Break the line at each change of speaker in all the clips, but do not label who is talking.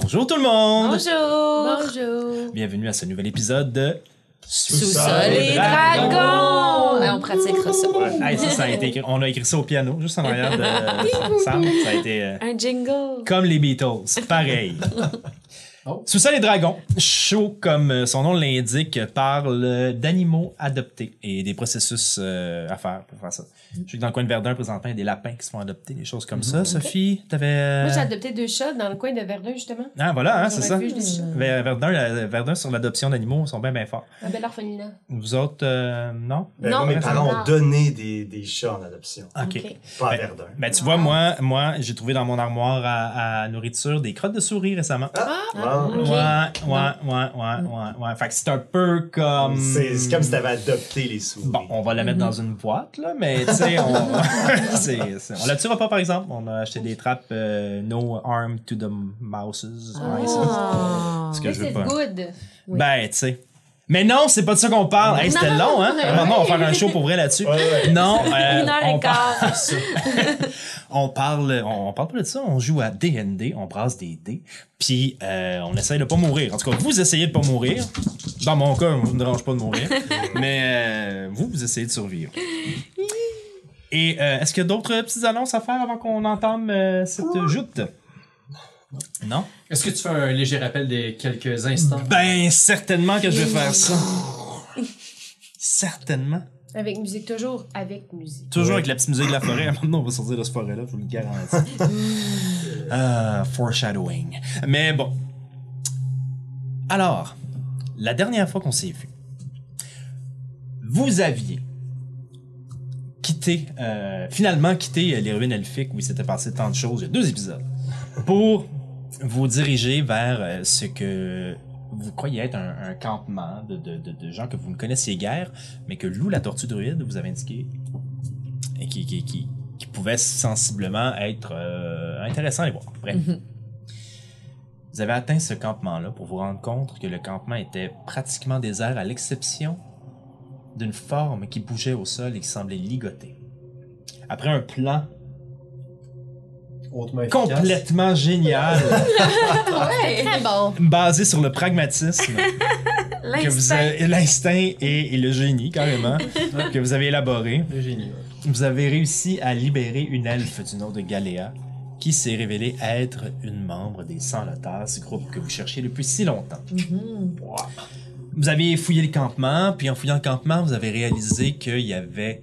Bonjour tout le monde!
Bonjour!
Bonjour!
Bienvenue à ce nouvel épisode de
Sous-sol et dragons! Ouais, on pratiquera ça.
Hey, ça, ça a été écrit- On a écrit ça au piano, juste en arrière de Sam. Ça a été euh,
Un jingle!
comme les Beatles, pareil.
Oh.
Sous-sol et dragons, show comme euh, son nom l'indique, parle euh, d'animaux adoptés et des processus euh, à faire pour faire ça. Je sais que dans le coin de Verdun, présentement, il y a des lapins qui se font adopter, des choses comme ça. Sophie, t'avais. euh,
Moi, j'ai adopté deux chats dans le coin de Verdun, justement.
Ah, voilà, hein, c'est
Dans
ça.
un refuge de chats.
Ver- Verdun, la- Verdun sur l'adoption d'animaux, ils sont bien, bien forts.
Un bel orphelinat.
Vous autres, euh, non?
Ben,
Non,
moi, mes
mais
parents
non.
ont donné des, des chats en adoption. Ah,
OK.
Ok.
Pas à
Ben,
Verdun.
ben, tu vois, moi, moi j'ai trouvé dans mon armoire à, à nourriture des crottes de souris récemment.
Ah,
Ouais,
ok.
ouais, ouais, ouais, ouais, ouais. Fait que c'est un peu comme.
C'est c'est comme si t'avais adopté les souris.
Bon, on va la
Mhm.
mettre dans une boîte, là, mais tu sais, on. c'est- c'est- on la tuera pas, par exemple. On a acheté des trappes euh, No Harm to the Mouses. Ouais, ça, ce que
This
Ah. je veux
is
pas.
Ah. good.
Ben, tu sais. Mais non, c'est pas de ça qu'on parle. Hey, c'était long, hein?
Ouais.
Maintenant, on va faire un show pour vrai là-dessus. Non, euh,
Une heure
on
et
parle-
quart.
on parle, on, on parle pas de ça, on joue à D&D, on brasse des dés, puis euh, on essaye de pas mourir. En tout cas, vous essayez de pas mourir. Dans mon cas, on ne dérange pas de mourir, mais euh, vous, vous essayez de survivre. Et euh, est-ce qu'il y a d'autres petites annonces à faire avant qu'on entame euh, cette joute? Non?
Est-ce que tu fais un léger rappel des quelques instants?
Ben, certainement que je vais faire ça. Certainement.
Avec musique, toujours avec musique.
Toujours avec la petite musique de la forêt. Maintenant, on va sortir de cette forêt-là, je vous le garantis. Euh, foreshadowing. Mais bon. Alors, la dernière fois qu'on s'est vu, vous aviez quitté, euh, finalement quitté euh, les ruines elfiques où il s'était passé tant de choses, il y a deux épisodes, pour vous diriger vers euh, ce que vous croyez être un, un campement de, de- de- de gens que vous ne connaissiez guère, mais que Lou, la tortue druide, vous avait indiqué et qui, qui, qui, qui pouvaient sensiblement être euh, intéressant à les voir. Bref. Vous avez atteint ce campement-là pour vous rendre compte que le campement était pratiquement désert à l'exception d'une forme qui bougeait au sol et qui semblait ligotée. Après un plan
Hautement efficace.
complètement génial,
Ouais. Très bon.
basé sur le pragmatisme, que vous
L'instinct.
avez- l'instinct et, et le génie carrément, que vous avez élaboré,
Le génie. ouais.
vous avez réussi à libérer une elfe du nom de Galéa, qui s'est révélée être une membre des Sans-Lotas, groupe que vous cherchiez depuis si longtemps. Wow. Vous avez fouillé le campement, puis en fouillant le campement, vous avez réalisé qu'il y avait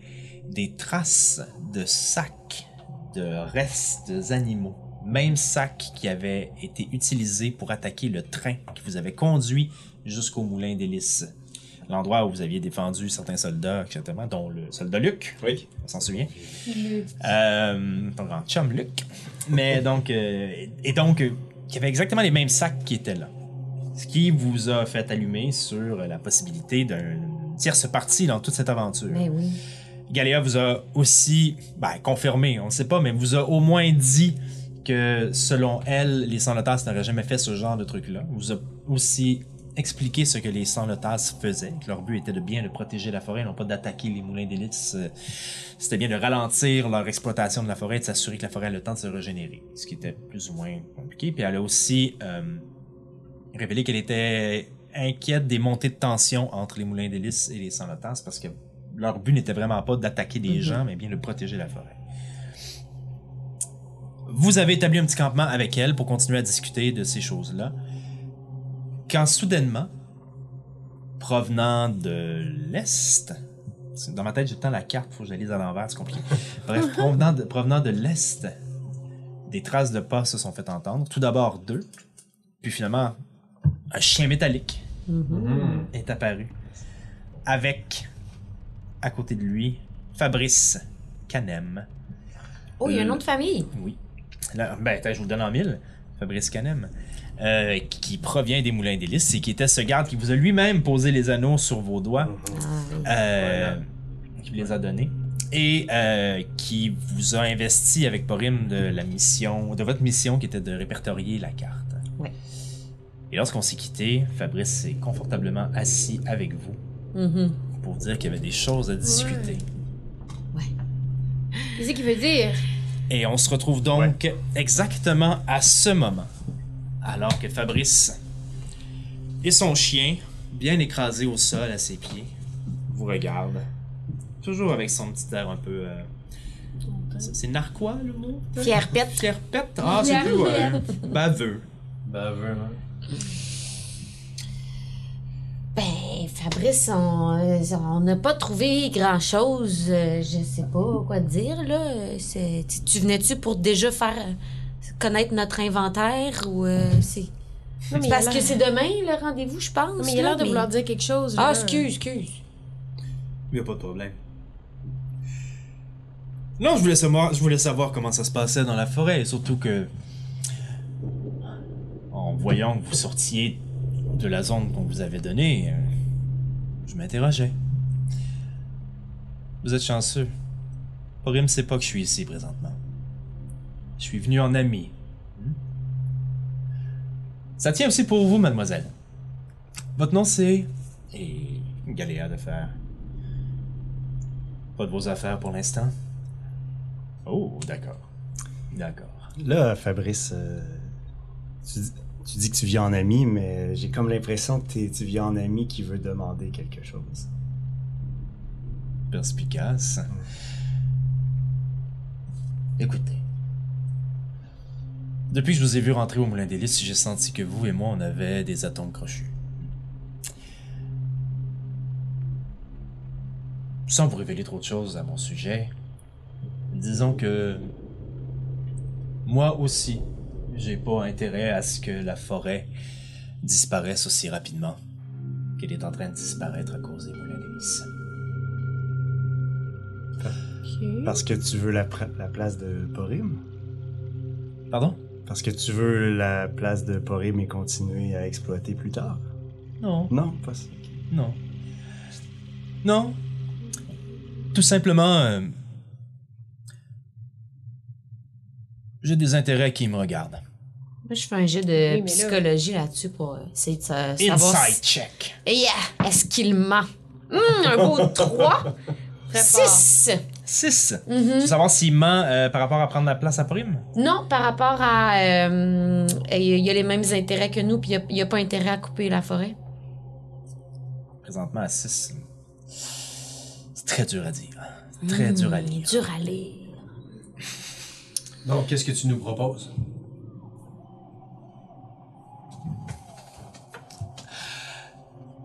des traces de sacs de restes animaux. Même sacs qui avaient été utilisés pour attaquer le train qui vous avait conduit jusqu'au moulin d'hélice. L'endroit où vous aviez défendu certains soldats, etc., dont le soldat Luc.
Oui.
On s'en souvient. Euh, ton grand chum, Luc. Mais donc, euh, et donc, euh, il y avait exactement les mêmes sacs qui étaient là. Ce qui vous a fait allumer sur la possibilité d'une tierce partie dans toute cette aventure.
Ben oui.
Galéa vous a aussi ben, confirmé, on ne sait pas, mais vous a au moins dit que selon elle, les sans-lotas n'auraient jamais fait ce genre de truc-là. Vous a aussi expliqué ce que les sans-lotas faisaient, que leur but était de bien de protéger la forêt, non pas d'attaquer les moulins d'hélice. Euh, C'était bien de ralentir leur exploitation de la forêt et de s'assurer que la forêt a le temps de se régénérer, ce qui était plus ou moins compliqué. Puis elle a aussi euh, révélé qu'elle était inquiète des montées de tension entre les moulins d'hélice et les sans-lotas parce que leur but n'était vraiment pas d'attaquer des gens, mais bien de protéger la forêt. Vous avez établi un petit campement avec elle pour continuer à discuter de ces choses-là. Quand soudainement, provenant de l'Est, c'est- dans ma tête, j'ai tout le temps la carte, faut que je la lise à l'envers, c'est compliqué. Bref, provenant de, provenant de l'Est, des traces de pas se sont fait entendre. Tout d'abord deux, puis finalement, un chien métallique
Mhm.
est apparu avec à côté de lui Fabrice Canem.
Oh, il y a un nom de famille.
Oui. Là, ben, attends, je vous le donne en mille. Fabrice Canem. euh, qui qui provient des Moulins d'Hélice et qui était ce garde qui vous a lui-même posé les anneaux sur vos doigts, euh, qui vous les a donnés, et euh, qui vous a investi avec Porim de la mission, de votre mission qui était de répertorier la carte.
Ouais.
Et lorsqu'on s'est quitté, Fabrice est confortablement assis avec vous
Mhm.
pour dire qu'il y avait des choses à discuter.
Qu'est-ce qu'il veut dire?
Et on se retrouve donc exactement à ce moment, alors que Fabrice et son chien, bien écrasé au sol à ses pieds, vous regardent. Toujours avec son petit air un peu. euh, c'est c'est narquois le mot peut-être?
Fierpette.
Fierpette. Ah, c'est plus. ouais. Baveux.
Baveux, hein.
Ben, Fabrice, on euh, on n'a pas trouvé grand-chose. Euh, Je sais pas quoi te dire, là. C'est- Tu tu venais-tu pour déjà faire euh, connaître notre inventaire ou euh, c'est...
Non, mais il a
Parce
l'air-
que c'est demain, le rendez-vous, je pense.
Non, mais il a
là,
l'air de
mais-
vouloir dire quelque chose. là.
Ah, excuse, excuse.
Il a pas de problème. Non, je voulais savoir, je voulais savoir comment ça se passait dans la forêt, et surtout que. En voyant que vous sortiez de la zone qu'on vous avait donnée, euh, je m'interrogeais. Vous êtes chanceux. Orim sait pas que je suis ici présentement. Je suis venu en ami. Hmm? Ça tient aussi pour vous, mademoiselle. Votre nom c'est. Et. Galéa de fer. Pas de vos affaires pour l'instant. Oh, d'accord. D'accord.
Là, Fabrice, euh, tu, dis- tu dis que tu vis en ami, mais j'ai comme l'impression que t'es- tu vis en ami qui veut demander quelque chose.
Perspicace. Écoutez. Depuis que je vous ai vu rentrer au Moulin des Lys, j'ai senti que vous et moi, on avait des atomes crochus. Sans vous révéler trop de choses à mon sujet, disons que moi aussi, j'ai pas intérêt à ce que la forêt disparaisse aussi rapidement qu'elle est en train de disparaître à cause des Moulins des Lys.
Parce que tu veux la, pra- la place de Porim?
Pardon?
Parce que tu veux la place de Porim et continuer à exploiter plus tard?
Non.
Non, pas ça.
Non. Non. Tout simplement, euh, j'ai des intérêts qui me regardent.
Moi, je fais un jeu de
Oui, mais là-
psychologie là-dessus pour euh, essayer de sa- savoir...
Inside
si-
check.
Yeah! Est-ce qu'il ment? Hum, un beau 3.
Très fort.
6.
6. Tu veux savoir s'il ment euh, par rapport à prendre la place à prime?
Non, par rapport à. euh, Il y a- il y a les mêmes intérêts que nous, puis il n'y a, pas intérêt à couper la forêt.
Présentement à 6. C'est très dur à dire. C'est Très
Mm.
dur à lire.
Dur à lire.
Donc, qu'est-ce que tu nous proposes?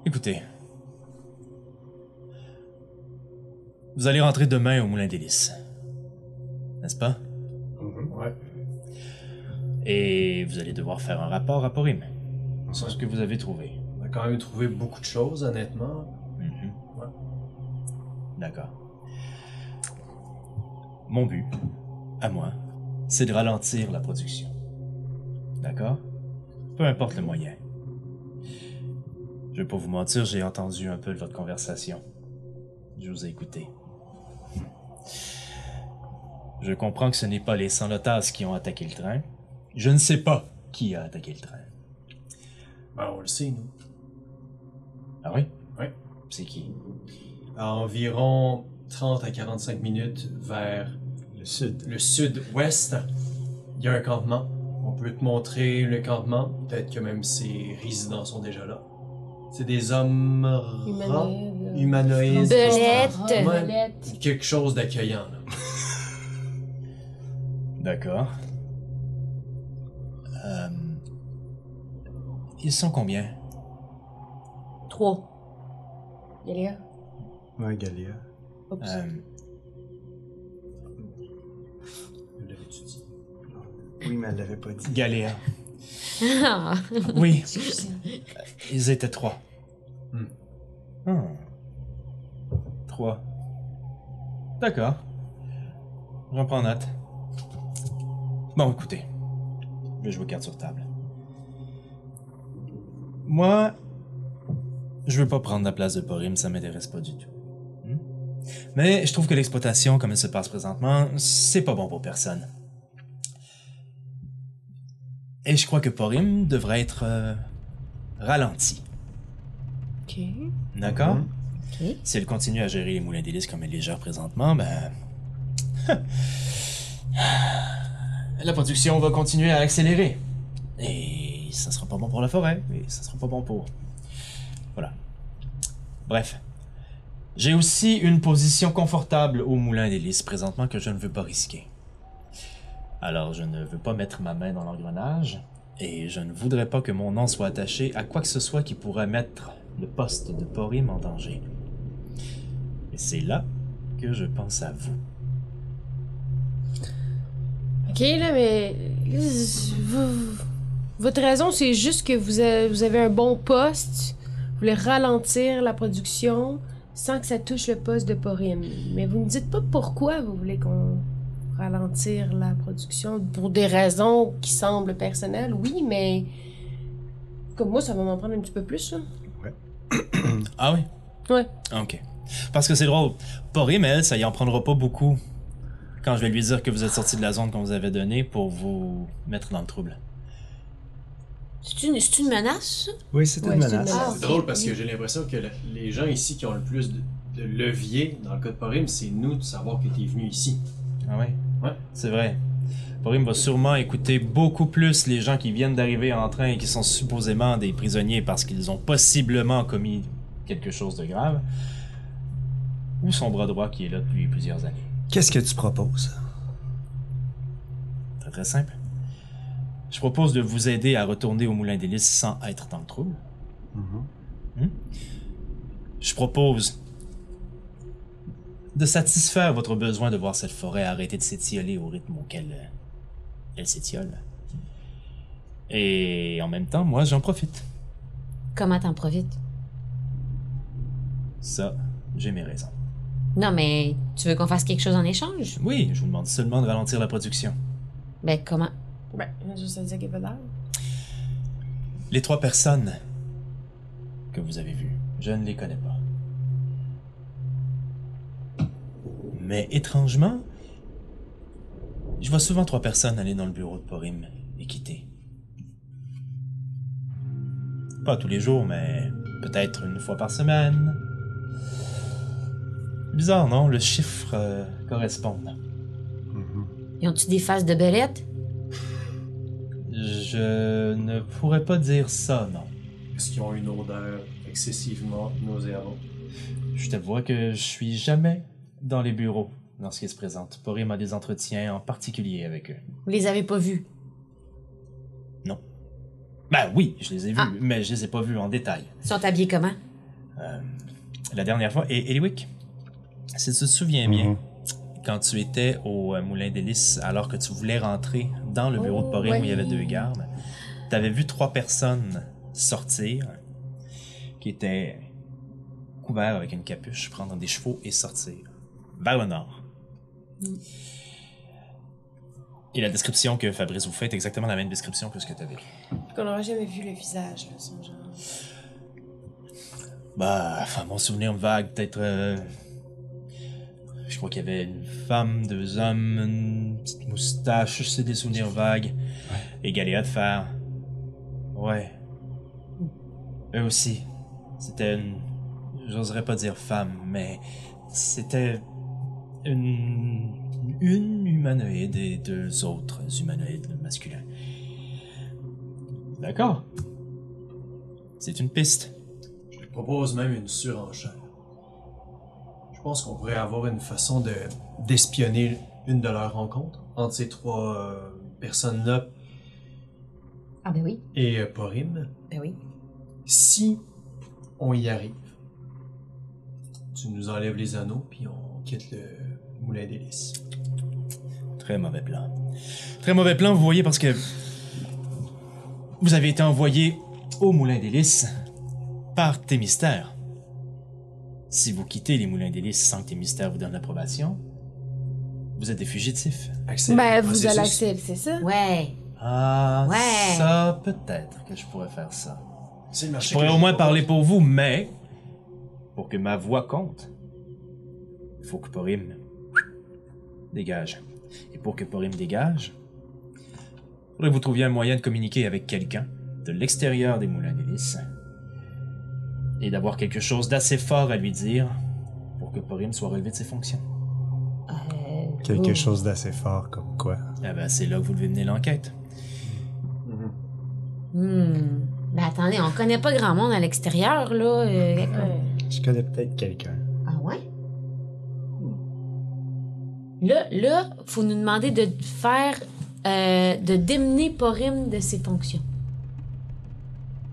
Écoutez. Vous allez rentrer demain au Moulin des Lys. N'est-ce pas?
Ouais.
Et vous allez devoir faire un rapport à Porim sur ce que vous avez trouvé.
On a quand même trouvé beaucoup de choses, honnêtement. Ouais.
Mhm. D'accord. Mon but, à moi, c'est de ralentir la production. D'accord Peu importe le moyen. Je vais pas vous mentir, j'ai entendu un peu de votre conversation. Je vous ai écouté. Je comprends que ce n'est pas les sans-lotas qui ont attaqué le train. Je ne sais pas qui a attaqué le train.
Ben, on le sait, nous.
Ah oui?
Oui.
C'est qui?
À environ 30 à 45 minutes vers
Le sud.
le sud-ouest, il y a un campement. On peut te montrer le campement. Peut-être que même ses résidents sont déjà là. C'est des hommes rats,
Humanoïde.
humanoïdes.
Belette.
Ah, belette.
Quelque chose d'accueillant, là.
D'accord. Euh, Ils sont combien?
3.
Galéa.
Ouais, Galia.
Oups.
Euh,
L'avais-tu dit?
Oui, mais elle l'avait pas dit.
Galéa.
Ah,
Oui, Euh,
Excusez.
ils étaient trois.
Hmm.
Hmm. Trois. D'accord. J'en prends note. Bon, écoutez. Je vais jouer carte sur table. Moi, je veux pas prendre la place de Porim, ça m'intéresse pas du tout. Hmm? Mais je trouve que l'exploitation, comme elle se passe présentement, c'est pas bon pour personne. Et je crois que Porim devrait être euh, ralenti. D'accord?
Mhm.
Ok.
Si elle continue à gérer les moulins d'hélice comme elle les gère présentement, ben. La production va continuer à accélérer. Et ça sera pas bon pour la forêt, et ça sera pas bon pour. Voilà. Bref. J'ai aussi une position confortable au moulin des lys présentement que je ne veux pas risquer. Alors, je ne veux pas mettre ma main dans l'engrenage, et je ne voudrais pas que mon nom soit attaché à quoi que ce soit qui pourrait mettre le poste de Porim en danger. Et c'est là que je pense à vous.
Ok, là, mais. vous- Votre raison, c'est juste que vous avez, vous avez un bon poste, vous voulez ralentir la production sans que ça touche le poste de Porim. Mais vous ne me dites pas pourquoi vous voulez qu'on ralentir la production pour des raisons qui semblent personnelles, oui, mais. Comme moi, ça va m'en prendre un petit peu plus, là.
Ah oui? Ah,
Ouais.
Ok. Parce que c'est drôle. Porim, elle, ça y en prendra pas beaucoup quand je vais lui dire que vous êtes sorti de la zone qu'on vous avait donnée pour vous mettre dans le trouble.
C'est une, c'est une menace? ça?
Oui, c'était
Ouais,
une
c'est une
menace.
menace.
Ah,
C'est
ok.
drôle parce que j'ai l'impression que la- les gens ici qui ont le plus de, de levier dans le code Porim, c'est nous de savoir que t'es venu ici.
Ah oui?
Ouais.
C'est vrai. Porim va sûrement écouter beaucoup plus les gens qui viennent d'arriver en train et qui sont supposément des prisonniers parce qu'ils ont possiblement commis quelque chose de grave. Ou son bras droit qui est là depuis plusieurs années.
Qu'est-ce que tu proposes?
Très très simple. Je propose de vous aider à retourner au Moulin des Lys sans être dans le trouble.
Mm-hmm.
Je propose de satisfaire votre besoin de voir cette forêt arrêter de s'étioler au rythme auquel euh, elle s'étiole. Et en même temps, moi, j'en profite.
Comment t'en profites?
Ça, j'ai mes raisons.
Non, mais tu veux qu'on fasse quelque chose en échange?
Oui, je vous demande seulement de ralentir la production.
Ben, comment?
Ben, je sais dire qu'il y a pas d'arbre.
Les trois personnes que vous avez vues, je ne les connais pas. Mais étrangement, je vois souvent trois personnes aller dans le bureau de Porim et quitter. Pas tous les jours, mais peut-être une fois par semaine. Bizarre, non? Le chiffre euh, correspond.
Mm-hmm.
Ils ont-tu des faces de belette?
Je ne pourrais pas dire ça, non.
Est-ce qu'ils ont une odeur excessivement nauséabonde?
Je t'avoue que je suis jamais dans les bureaux lorsqu'ils se présentent. Porim a des entretiens en particulier avec eux.
Vous les avez pas vus?
Ben oui, je les ai vus,
Ah.
mais je les ai pas vus en détail.
Ils sont habillés comment?
Euh, La dernière fois, et Eliwick, si tu te souviens bien, quand tu étais au euh, Moulin des Lys, alors que tu voulais rentrer dans le bureau de
Oh,
Porim où il y avait
ouais.
deux gardes, tu avais vu trois personnes sortir qui étaient couverts avec une capuche, prendre des chevaux et sortir vers le nord. Et la description que Fabrice vous fait est exactement la même description que ce que tu avais.
Qu'on n'aura jamais vu le visage, là, son genre.
Bah, enfin, mon souvenir vague, peut-être. euh, Je crois qu'il y avait une femme, deux hommes, une petite moustache, c'est des souvenirs vagues. Et Galéa de fer. Ouais. Eux aussi. C'était une. J'oserais pas dire femme, mais. C'était. Une. Une humanoïde et deux autres humanoïdes masculins. D'accord. C'est une piste.
Je te propose même une surenchère. Je pense qu'on pourrait avoir une façon de d'espionner une de leurs rencontres entre ces trois euh, personnes-là
Ah, ben oui.
et euh, Porim.
Ben oui.
Si on y arrive, tu nous enlèves les anneaux puis on quitte le moulin d'hélice.
Très mauvais plan. Très mauvais plan, vous voyez, parce que vous avez été envoyé au Moulin d'Hélice par Thémistère. Si vous quittez les Moulins d'Hélice sans que Thémistère vous donne l'approbation, vous êtes des fugitifs.
Accélère
Ben,
le
vous allez
processus.
accepter, c'est ça?
Ouais.
Ah,
Ouais.
ça, peut-être que je pourrais faire ça.
C'est le marché
Je pourrais
que
au moins
propose.
parler pour vous, mais pour que ma voix compte, il faut que Porim dégage. Et pour que Porim dégage, il faudrait que vous trouviez un moyen de communiquer avec quelqu'un de l'extérieur des moulins d'hélice et d'avoir quelque chose d'assez fort à lui dire pour que Porim soit relevé de ses fonctions.
Euh,
Quelque
oh.
chose d'assez fort, comme quoi.
Ah ben, c'est là que vous devez mener l'enquête.
Mhm.
Hmm. Ben attendez, on connaît pas grand monde à l'extérieur, là. euh,
Je connais peut-être quelqu'un.
Ah ouais? Là, là, faut nous demander de faire, euh, de démener Porim de ses fonctions.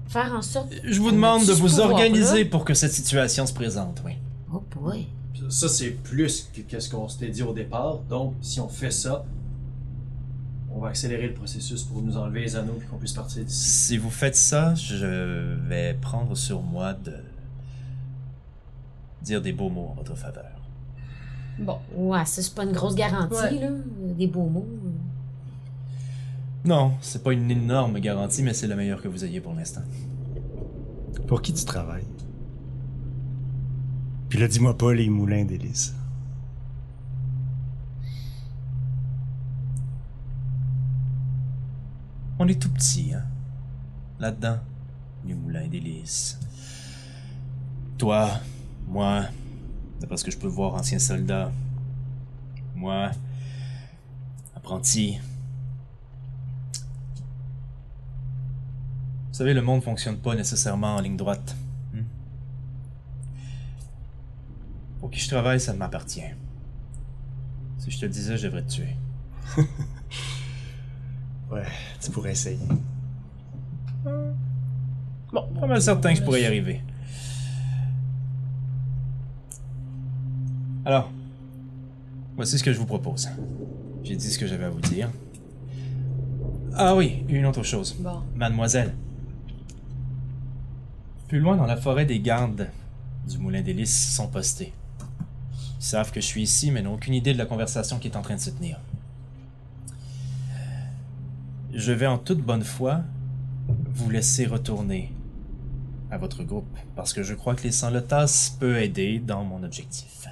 Faire en sorte.
Je vous demande de
Tout ce
vous
pouvoir-là.
organiser pour que cette situation se présente, oui.
Oh boy.
Ça, c'est plus que qu'est-ce qu'on s'était dit au départ. Donc, si on fait ça, on va accélérer le processus pour nous enlever les anneaux et qu'on puisse partir d'ici.
Si vous faites ça, je vais prendre sur moi de dire des beaux mots en votre faveur.
Bon.
Ouais, ça, c'est pas une grosse garantie,
Ouais.
là. Des beaux mots.
Non, c'est pas une énorme garantie, mais c'est la meilleure que vous ayez pour l'instant.
Pour qui tu travailles? Puis là, dis-moi pas les moulins d'hélice.
On est tout petit, hein. Là-dedans, les moulins d'hélice. Toi, moi, d'après ce que je peux voir, ancien soldat. Moi, apprenti. Vous savez, le monde fonctionne pas nécessairement en ligne droite. hmm? Pour qui je travaille, ça m'appartient. Si je te le disais, je devrais te tuer.
Tu pourrais essayer.
Bon, pas mal certain que je pourrais y arriver. Alors, voici ce que je vous propose. J'ai dit ce que j'avais à vous dire. Ah oui, une autre chose.
Bon.
Mademoiselle. Plus loin dans la forêt, des gardes du Moulin des Lys sont postés. Ils savent que je suis ici, mais n'ont aucune idée de la conversation qui est en train de se tenir. Je vais en toute bonne foi vous laisser retourner à votre groupe, parce que je crois que les sans-le-tasse peut aider dans mon objectif.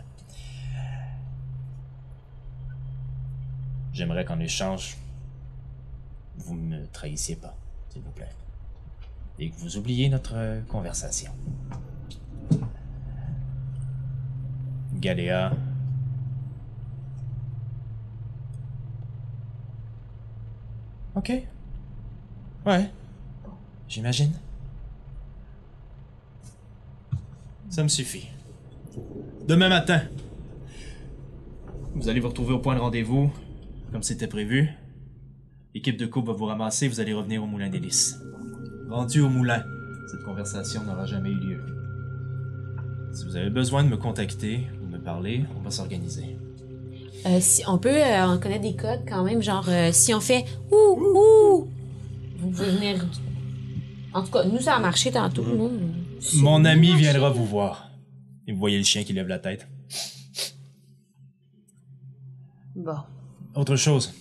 J'aimerais qu'en échange, vous ne me trahissiez pas, s'il vous plaît. Et que vous oubliez notre euh, conversation. Galéa. Ok. Ouais. J'imagine. Ça me suffit. Demain matin, vous allez vous retrouver au point de rendez-vous, comme c'était prévu. L'équipe de coupe va vous ramasser, vous allez revenir au moulin d'hélice. Rendu au moulin, cette conversation n'aura jamais eu lieu. Si vous avez besoin de me contacter ou de me parler, on va s'organiser.
Euh, si on peut, euh, on connaît des codes quand même, genre euh, si on fait ouh ouh, vous pouvez venir. En tout cas, nous ça a marché tantôt. non? Si-
Mon ami viendra vous voir. Et vous voyez le chien qui lève la tête.
Bon.
Autre chose,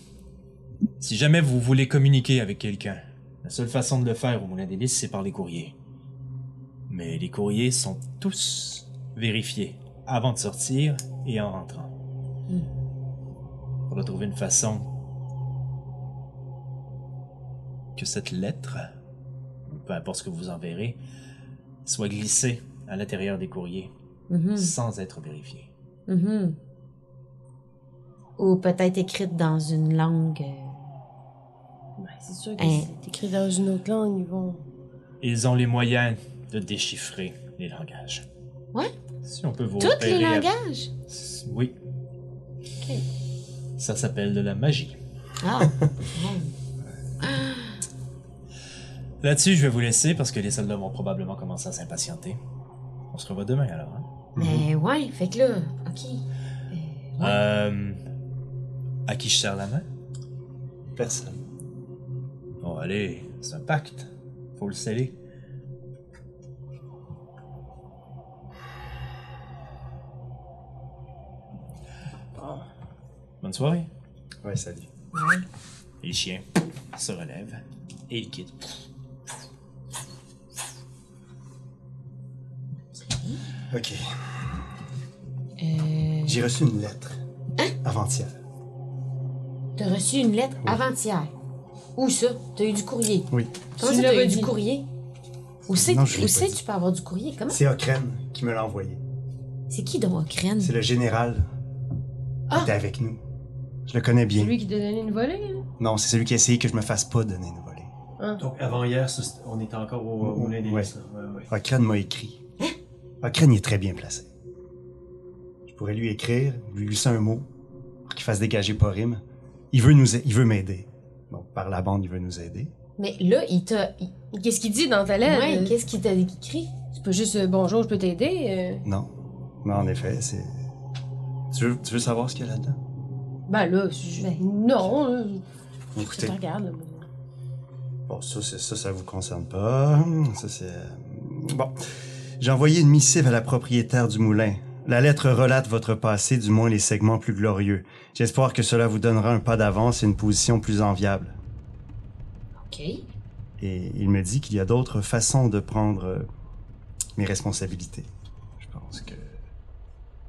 si jamais vous voulez communiquer avec quelqu'un, la seule façon de le faire au Moulin d'Hélice, c'est par les courriers. Mais les courriers sont tous vérifiés avant de sortir et en rentrant. On va trouver une façon que cette lettre, ou peu importe ce que vous enverrez, soit glissée à l'intérieur des courriers
Mhm,
sans être vérifiée.
mhm. Ou peut-être écrite dans une langue. euh,
Ben, c'est sûr que
Hein.
si c'est écrit dans une autre langue, ils vont.
Ils ont les moyens de déchiffrer les langages.
Ouais?
Si on peut vous
Toutes les
repérer à-
langages.
Oui. Ça s'appelle de la magie.
Ah.
Là-dessus, je vais vous laisser parce que les soldats vont probablement commencer à s'impatienter. On se revoit demain alors. hein?
Mais ben ouais, fait que là, ok.
Euh, à qui je serre la main
Personne.
Bon, allez, c'est un pacte. Faut le sceller. Bonne soirée.
Ouais, salut.
Et le chien se relève et il quitte.
Ok.
Euh,
J'ai reçu une lettre. Avant-hier.
T'as reçu une lettre avant-hier. Où ça? T'as eu du courrier.
Oui.
Comment
Tu
ça,
l'aurais
t'as eu
dit.
du courrier? Où c'est
Non, je l'ai
où
pas
c'est
dit.
tu peux avoir du courrier? Comment?
C'est Okren qui me l'a envoyé.
C'est qui donc Ocrane?
C'est le général.
Ah!
Il était avec nous. Je le connais bien.
Celui qui t'a donné une volée, hein. là.
Non, c'est celui qui a essayé que je me fasse pas donner une volée.
Hein?
Donc, avant-hier, ça, c'était- on était encore au, au Moulin des
Ouais.
Lys, là. Ouais, ouais.
Ocran m'a écrit. Ocran il est très bien placé. Je pourrais lui écrire, lui glisser un mot pour qu'il fasse dégager Porim. Il veut nous, a- il veut m'aider. Donc par la bande, il veut nous aider.
Mais là, il t'a. il-
Qu'est-ce qu'il dit dans ta lettre?
Ouais,
Euh,
qu'est-ce qu'il t'a écrit?
C'est pas juste euh, bonjour, je peux t'aider. euh.
Non, non en effet, c'est. Tu veux, tu veux savoir ce qu'il y a là-dedans
euh. Ben là, je-
Ben.
non. euh, Je
Écoutez,
te regarde. là.
Bon, ça, c'est- ça, ça vous concerne pas. Ça, c'est. euh, Bon. J'ai envoyé une missive à la propriétaire du moulin. La lettre relate votre passé, du moins les segments plus glorieux. J'espère que cela vous donnera un pas d'avance et une position plus enviable.
OK.
Et il me dit qu'il y a d'autres façons de prendre euh, mes responsabilités. Je pense que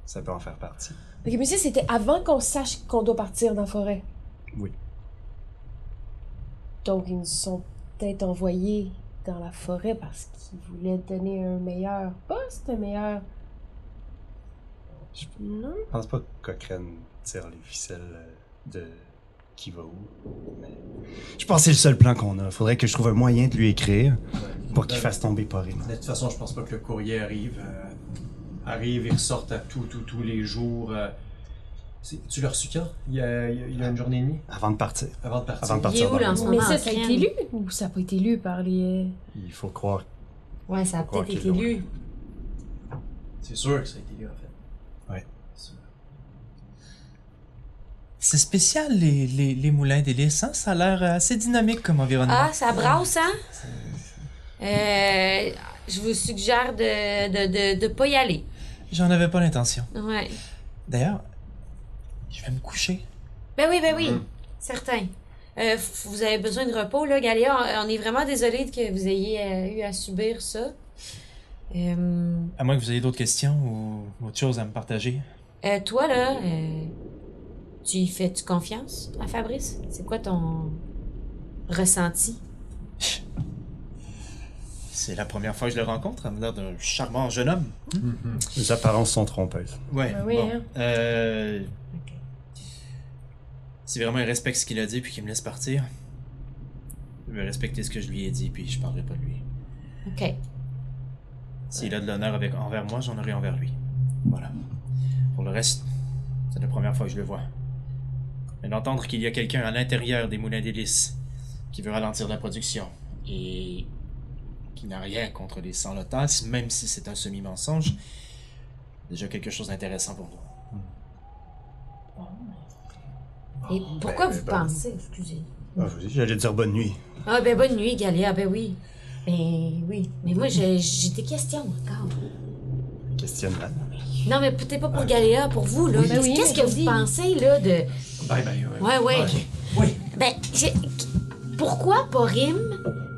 ça peut en faire partie.
Ok, mais ça, c'était avant qu'on sache qu'on doit partir dans la forêt.
Oui.
Donc, ils nous sont peut-être envoyés dans la forêt parce qu'ils voulaient donner un meilleur poste, un meilleur.
Je-
Non?
Je pense pas que Cochrane tire les ficelles euh, de qui va où. Mais... Je pense que c'est le seul plan qu'on a. Faudrait que je trouve un moyen de lui écrire
Ouais.
pour qu'il
Ben,
fasse tomber Porim.
De toute façon, je pense pas que le courrier arrive. euh, arrive, ils ressortent à tout, tout, tous les jours. euh. C'est- tu l'as reçu quand il y, a, il y a- il y a une journée et demie
Avant de partir.
Avant de partir.
Avant de
Il est
partir.
où, là, en
dans
ce
le-
moment?
Mais ça, ça a
crème.
été lu ou ça n'a pas été lu par les. euh,
Il faut croire.
Ouais, ça a
Faut croire
peut-être été
qu'il
lu.
C'est sûr que ça a été lu, en fait.
Ouais.
C'est-
C'est spécial, les, les, les moulins d'hélice, hein? Ça a l'air assez dynamique comme environnement.
Ah, ça brasse, hein? Euh, je vous suggère de de, de, de pas y aller.
J'en avais pas l'intention.
Ouais.
D'ailleurs, je vais me coucher.
Ben oui, ben oui,
Mhm.
certain. Euh, f- vous avez besoin de repos, là, Galéa. On, on est vraiment désolé que vous ayez euh, eu à subir ça. Euh,
À moins que vous ayez d'autres questions ou autre chose à me partager.
euh, toi, là, euh, tu y fais-tu confiance à Fabrice? C'est quoi ton ressenti?
C'est la première fois que je le rencontre, à me l'air d'un charmant jeune homme.
Mhm.
Mm-hmm.
Les apparences sont trompeuses.
Ouais.
Ben oui,
bon.
hein.
Euh,
Ok.
si vraiment il respecte ce qu'il a dit puis qu'il me laisse partir, je vais respecter ce que je lui ai dit puis je parlerai pas de lui.
OK.
S'il a de l'honneur avec envers moi, j'en aurai envers lui. Voilà. Pour le reste, c'est la première fois que je le vois. Mais d'entendre qu'il y a quelqu'un à l'intérieur des moulins d'hélice qui veut ralentir la production et qui n'a rien contre les sans-lotas, même si c'est un semi-mensonge, déjà quelque chose d'intéressant pour nous.
Et pourquoi
ben,
vous
ben.
pensez? Excusez.
Ah, vas-y, J'allais dire bonne nuit.
Ah, ben bonne nuit, Galia. Ben oui. Ben oui. Mais moi, j'ai j'ai des questions encore.
Questionne mal.
Non, mais peut-être pas pour Galéa, pour vous, là.
Oui,
Qu'est-ce
oui,
qu'est-ce que
je
vous
dis.
pensez, là, de.
Bye bye, ouais.
Ouais, ouais.
Oui.
Ben, j'ai- pourquoi Porim,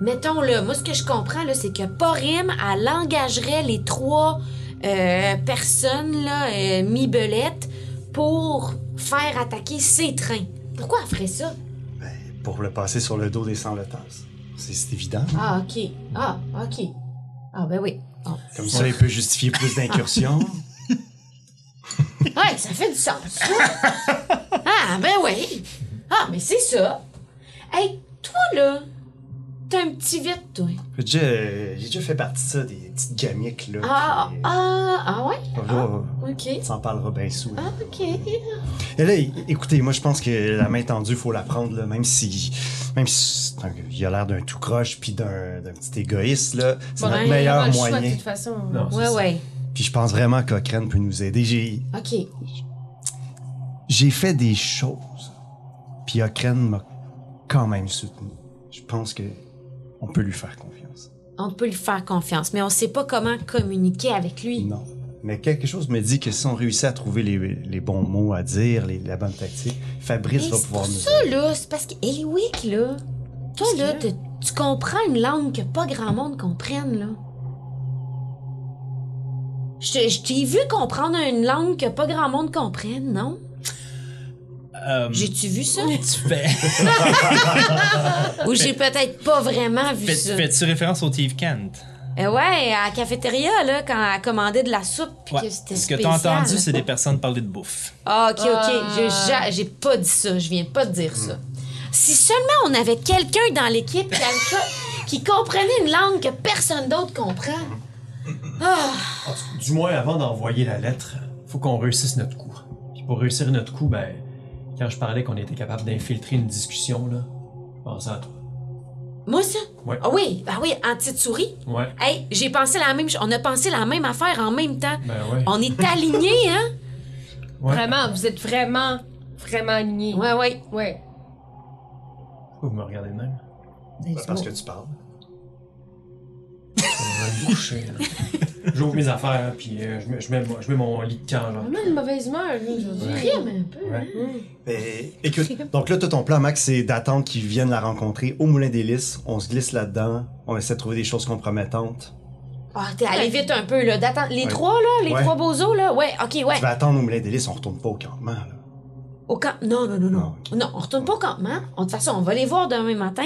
mettons là, moi ce que je comprends là, c'est que Porim, elle engagerait les trois euh, personnes là, euh, mi-belettes pour faire attaquer ses trains. Pourquoi elle ferait ça?
Ben, pour le passer sur le dos des sans-le-tasses. C'est c'est évident.
Ah, ok. Ah, ok. Ah, ben oui. Ah.
Comme ça, il peut justifier plus d'incursions.
Ouais, ça fait du sens. ça. ah, ben oui. Ah, mais c'est ça. Hey, toi là, t'as un petit vite, toi.
J'ai déjà, euh, j'ai déjà fait partie de ça, des petites gamiques, là.
Ah,
qui-
ah, ah ouais?
Là,
Ok.
on s'en parlera bien sous.
Ah, ok.
Et là, é- écoutez, moi je pense que la main tendue, faut la prendre, là, même si. Même si c'est un- il a l'air d'un tout croche puis d'un d'un petit égoïste, là. C'est
Bon,
notre
ben, on
meilleur
a le choix, de
moyen.
toute façon.
Non, c'est
Ouais,
ça.
ouais.
Puis je pense vraiment que Cochrane peut nous aider. J'ai-
OK.
J'ai fait des choses. Puis Cochrane m'a quand même soutenu. Je pense que on peut lui faire confiance.
On peut lui faire confiance, mais on sait pas comment communiquer avec lui.
Non. Mais quelque chose me dit que si on réussit à trouver les, les bons mots à dire, les- la bonne tactique, Fabrice
Hey,
va
c'est
pouvoir
pour
nous
ça, là. C'est parce que Eliwick, là, toi,
Qu'est-ce
là,
qu'il
te- tu comprends une langue que pas grand monde comprenne, là. Je te- je t'ai vu comprendre une langue que pas grand monde comprenne, non?
Mm.
Euh, J'ai-tu vu ça?
tu fais,
Ou j'ai peut-être pas vraiment vu ça?
tu référence au Tive Kent?
Euh, ouais, à la cafétéria, là, quand elle commandait de la soupe, puis que c'était
Ce que
spécial. hein?
t'as entendu, c'est des personnes parler de bouffe.
Ah, ok, ok.
Ah.
Je- j'a- J'ai pas dit ça. Je viens pas de dire ça. Si seulement on avait quelqu'un dans l'équipe qui, avait- qui comprenait une langue que personne d'autre comprend. Ah,
En tout- Du moins, avant d'envoyer la lettre, faut qu'on réussisse notre coup. Puis pour réussir notre coup, ben, quand je parlais qu'on était capable d'infiltrer une discussion, là, je pensais à toi.
moi ça?
Ouais.
Ah oui, ah oui, en petite souris.
Ouais,
Hey, j'ai pensé la même, ch- on a pensé la même affaire en même temps.
ben ouais.
On est alignés, hein?
Ouais.
Vraiment, vous êtes vraiment, vraiment alignés.
Ouais, ouais.
Ouais.
Pourquoi vous me regardez de même?
Ben,
Bah, parce que tu parles.
Je vais me coucher, là. J'ouvre mes affaires, puis euh, je, mets, je mets mon- je mets mon lit de camp, genre.
Vraiment une mauvaise humeur, lui, aujourd'hui.
Ouais.
Crime, un peu.
Ouais.
Et- Ben, écoute, donc là, tout ton plan, Max, c'est d'attendre qu'ils viennent la rencontrer au Moulin des Lys. On se glisse là-dedans. On essaie de trouver des choses compromettantes.
Ah, t'es allé vite un peu, là. d'attendre- Les
Ouais.
trois, là, les
Ouais.
trois beaux os, là. Ouais, ok, ouais.
Tu vas attendre au Moulin des Lys, on retourne pas au campement. Là.
Au camp. Non, non, non, non. Non, on retourne pas au campement. On- De toute façon, on va les voir demain matin.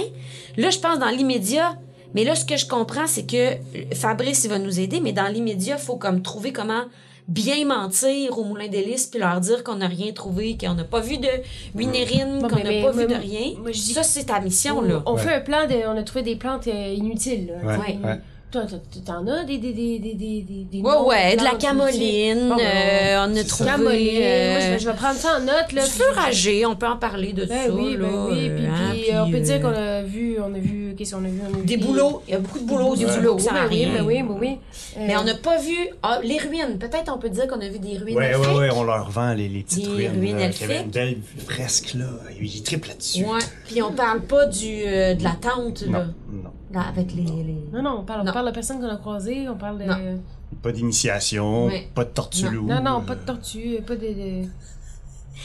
Là, je pense dans l'immédiat. Mais là, ce que je comprends, c'est que Fabrice, il va nous aider, mais dans l'immédiat, faut comme trouver comment bien mentir au Moulin des Lys puis leur dire qu'on n'a rien trouvé, qu'on n'a pas vu de winérine,
Bon,
qu'on
mais-
n'a
mais-
pas vu
mais-
de rien.
moi, je dis- Oh,
Ça, c'est ta mission, là.
On fait un plan, de, on a trouvé des plantes euh, inutiles. Là.
Ouais,
Ouais.
ouais.
Toi, toi, toi, t'en as des. des, des, des, des, des- des
Ouais,
noms
ouais, de la
plantes inutiles.
camoline.
Bon, ben,
euh, on a
c'est
trouvé.
ça.
Camoline. Moi, je
euh,
vais, je vais prendre ça en note. Là,
le furager, on peut en parler de
Ben
ça,
oui,
là.
ben oui. Puis,
euh, hein,
puis,
puis,
euh, on peut
euh,
dire qu'on a vu, on a vu, qu'est-ce qu'on a vu, on a vu
Des boulots. Il y a beaucoup de boulots,
Des
des
boulots,
boulots. Ça
ben oui,
rien.
ben oui, ben oui.
Mais
Euh,
on n'a pas vu ah, les ruines. Peut-être on peut dire qu'on a vu des ruines.
Ouais, ouais,
elfiques.
ouais, on leur vend les, les petites
Des
ruines.
ruines
là, qu'il y avait
elfiques.
une belle fresque, là. Ils triplent là-dessus.
Ouais. Puis on parle pas du euh, de la tente là,
Non, non.
Là, avec les, les-
Non, non, on parle, on
Non.
parle de personne qu'on a croisée, on parle de.
Non.
Pas d'initiation,
Ouais.
pas de tortue
Non.
loup.
Non, non, pas de
euh,
tortue, pas de. de-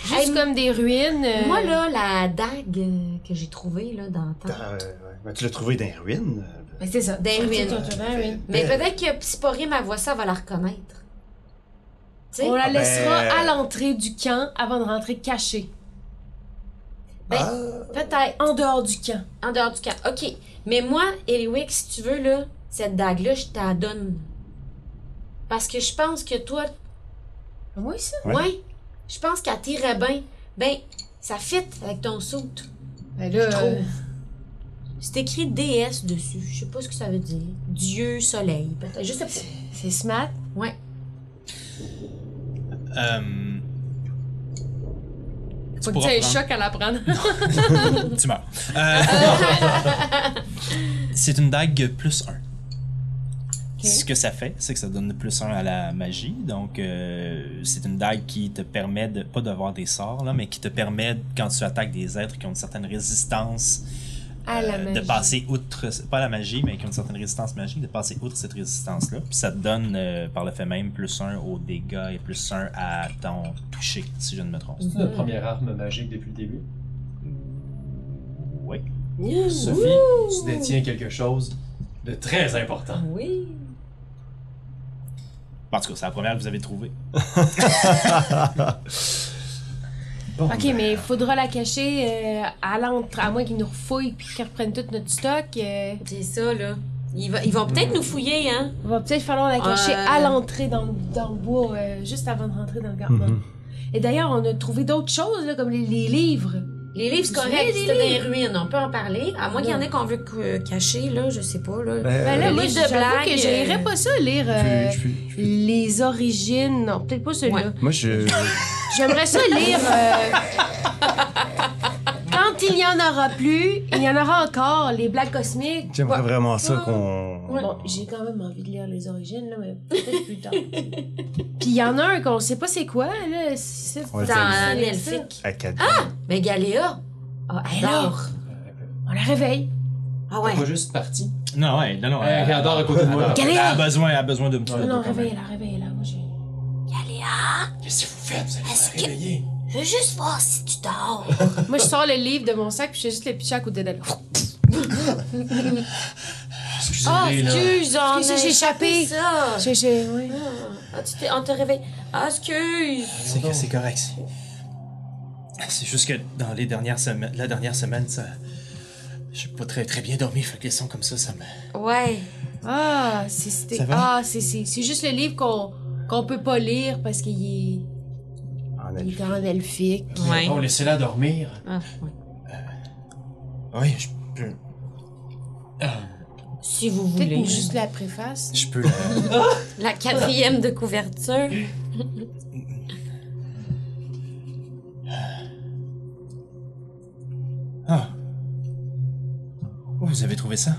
Juste
Hey,
comme des ruines. euh,
Moi là, la dague euh, que j'ai trouvée là dans la
Ah.
tente.
t'as- ouais, ouais. Mais tu l'as trouvé dans les ruines. euh,
Ben, c'est ça.
Des ruines.
Tortue, tortue, des ruines.
Mais
belle.
peut-être que si Porim elle voit ça, elle va la reconnaître. Tu sais?
On la
Ah, ben-
laissera à l'entrée du camp avant de rentrer cachée.
Ben,
Ah,
Peut-être.
En dehors du camp.
En dehors du camp. Ok. Mais moi, Eliwick, si tu veux là, cette dague là, je t'adonne. Parce que je pense que toi, Ah,
Moi, ça.
Ouais.
ouais, je pense qu'elle t'irait bien. Ben, ça fit avec ton saut.
Ben là,
Je trouve.
euh,
C'est écrit DS dessus. Je sais pas ce que ça veut dire. Dieu, soleil, peut-être. Je sais pas.
c'est smart.
Ouais.
Euh,
Faut que tu
pourras
aies un
prendre.
choc à la prendre.
tu meurs. Euh, c'est une dague plus 1. Ce que ça fait, c'est que ça donne plus 1 à la magie. Donc, euh, c'est une dague qui te permet de, pas d'avoir des sorts, là, mais qui te permet, quand tu attaques des êtres qui ont une certaine résistance,
À la
euh, de
magie.
passer outre, pas la magie, mais qui ont une certaine résistance magique, de passer outre cette résistance-là. Puis ça te donne, euh, par le fait même, plus 1 aux dégâts et plus 1 à ton toucher, si je ne me trompe.
C'est notre
Mmh.
première arme magique depuis le début.
Oui.
Sophie, tu détiens quelque chose de très important.
Oui.
En tout cas, c'est la première que vous avez trouvée.
bon, ben.
Ok, mais il faudra la cacher euh, à l'entrée, à moins qu'ils nous refouillent puis qu'ils reprennent tout notre stock. euh,
C'est ça, là. Ils, va- ils vont peut-être nous fouiller, hein?
il va peut-être falloir la cacher
Euh.
à l'entrée dans, le- dans le bois, euh, juste avant de rentrer dans le campement.
Mhm.
Et d'ailleurs, on a trouvé d'autres choses, là, comme les, les livres.
Les livres, c'est correct.
Oui, les
C'était dans les ruines. On peut en parler. À moins qu'il y en ait qu'on veut cou- euh, cacher, là. Je sais pas, là.
ben,
Ben là,
le
moi,
livre de
j'avoue
blagues,
que j'aimerais
euh,
pas ça lire euh,
je peux- je peux-
les origines. Non, peut-être pas celui-là.
Ouais.
Moi, je.
J'aimerais ça lire. euh, Quand il n'y en aura plus, il y en aura encore, les blagues cosmiques.
J'aimerais vraiment ça
Ouais.
qu'on.
Bon, j'ai quand même envie de lire les origines, là, mais peut-être plus tard. Puis il y en a un qu'on sait pas c'est quoi, là. C'est
On va
C'est
dire
en
c'est
elfique.
Acadie.
Ah!
Mais Ben, Galéa. Ah, elle
Alors?
dort.
On la réveille.
Ah
Pas
ouais.
juste parti.
Non, ouais, non, non.
Ouais, elle adore à côté de moi.
Elle a
Galéa!
besoin, elle a besoin de me tuer.
Ouais,
Non, non,
quand même.
réveille-la, réveille-la. Moi, j'ai...
Qu'est-ce que vous faites? Vous allez
Est-ce
me
que-
réveiller.
Je veux juste voir si tu dors.
moi, je sors le livre de mon sac puis je fais juste le pitcher à côté d'elle.
Ah,
Excusez-les, là.
excuse, on
Excuse,
a
j'ai échappé.
ça.
J'ai, j'ai, ouais.
Ah, tu t'es- on te réveille. Ah, excuse.
C'est que c'est correct. c'est- C'est juste que dans les dernières semaines, la dernière semaine, ça, j'ai pas très très bien dormi. Fait que les sons comme ça, ça me.
Ouais.
Ah, c'est, c'était-
Ça va?
ah, c'est, c'est, c'est juste le livre qu'on, qu'on peut pas lire parce qu'il est,
En
il
elfique.
est en elfique.
Bon, laissez-la dormir.
Ah, ouais.
Oui, je peux.
Si vous
Peut-être
voulez.
juste la préface.
Je peux. la-
La quatrième de couverture.
Ah. Où vous avez trouvé ça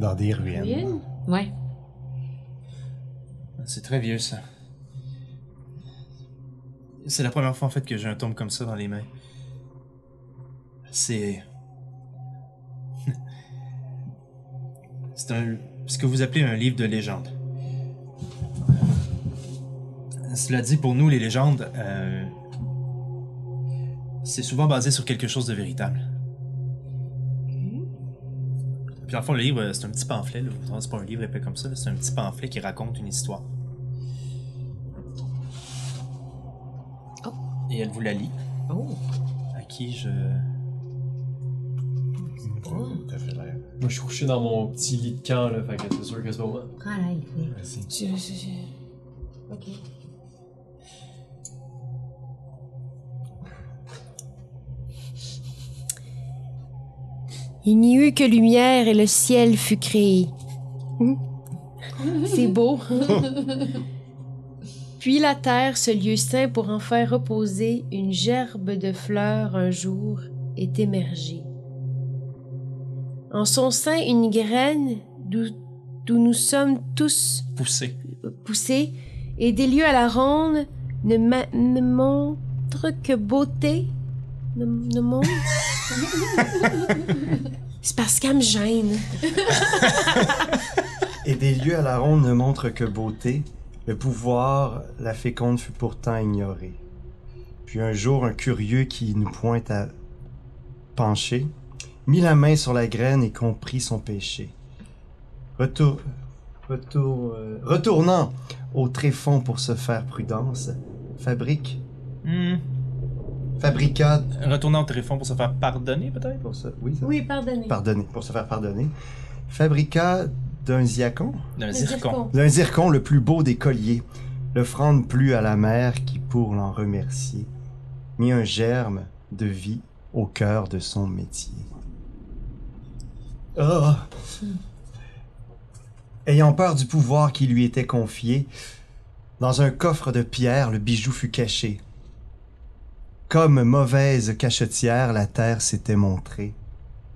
Dans des ruines.
Ruine?
Ouais.
C'est très vieux, ça. C'est la première fois, en fait, que j'ai un tome comme ça dans les mains. C'est. C'est un. ce que vous appelez un livre de légende. Cela dit, pour nous, les légendes, euh, c'est souvent basé sur quelque chose de véritable. Puis, dans le fond, le livre, euh, c'est un petit pamphlet. Là. Vous entendez, C'est pas un livre épais comme ça. là. C'est un petit pamphlet qui raconte une histoire. Et elle vous la lit. Oh. À qui je.
Oh, t'as fait l'air.
Moi, je suis couché dans mon petit lit de camp, là, fait que c'est sûr que c'est pas moi.
Prends la idée.
Vas-y.
Je- je- je-
Ok.
Il n'y eut que lumière et le ciel fut créé. Hmm? C'est beau. Puis la terre, ce lieu saint pour en faire reposer une gerbe de fleurs un jour, est émergée. En son sein, une graine d'où d'où nous sommes tous
Poussé.
poussés et des lieux à la ronde ne, ma- ne montrent que beauté. Ne, ne montrent. C'est parce qu'elle me gêne.
Et des lieux à la ronde ne montrent que beauté. Le pouvoir, la féconde fut pourtant ignorée. Puis un jour, un curieux qui nous pointe à pencher, mit la main sur la graine et comprit son péché. Retour, retour, euh, retournant au tréfonds pour se faire prudence, fabrique,
Hmm.
fabrica
Retournant au téléphone pour se faire pardonner, peut-être
pour se, oui, ça-
Oui, pardonnez.
pardonner, pour se faire pardonner, fabrica d'un ziacon,
D'un
Le
zircon.
zircon.
d'un zircon le plus beau des colliers, l'offrande plut à la mère qui, pour l'en remercier, mit un germe de vie au cœur de son métier. Ah! Ayant peur du pouvoir qui lui était confié, dans un coffre de pierre, le bijou fut caché. Comme mauvaise cachetière, la terre s'était montrée.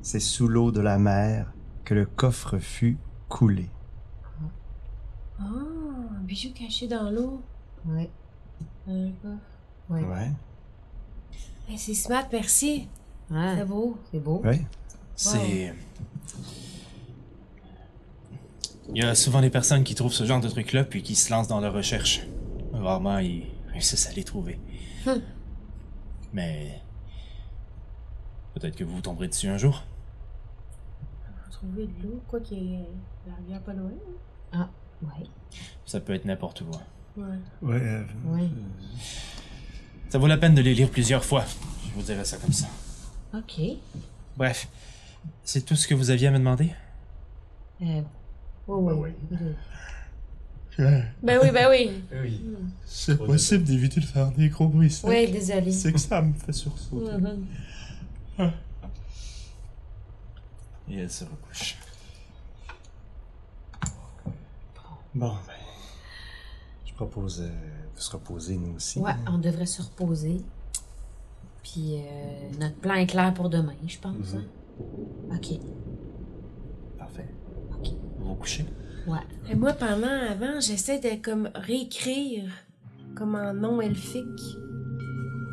C'est sous l'eau de la mer que le coffre fut coulé.
Ah, un bijou caché dans l'eau.
Ouais.
Un gars.
Ouais.
Ouais.
Hey, C'est smart, merci.
Ouais.
C'est beau.
C'est beau.
Ouais.
C'est. Il y a souvent des personnes qui trouvent ce genre de truc-là puis qui se lancent dans leur recherche. Rarement, ils réussissent à les trouver.
Hmm.
Mais. Peut-être que vous vous tomberez dessus un jour.
Faut trouver de l'eau, quoi qu'il y ait la rivière pas loin.
Ouais.
Ça peut être n'importe où. hein.
Ouais.
Ouais. euh,
Ouais.
Ça vaut la peine de les lire plusieurs fois. Je vous dirais ça comme ça.
Ok.
Bref, c'est tout ce que vous aviez à me demander?
Euh, ouais, ouais.
Ben oui, ben oui.
Oui.
C'est
Trop possible
d'éviter de faire des gros bruits.
Ouais, désolé.
que ça me fait sursauter.
Mhm.
Et elle se recouche.
Bon, ben. Je propose euh, de se reposer, nous aussi.
Ouais, on devrait se reposer. Puis euh, notre plan est clair pour demain, je pense.
Mhm.
hein. Ok.
Parfait. Vous vous couchez?
Ouais.
Et moi, pendant, avant, j'essaie de comme réécrire comme en nom elfique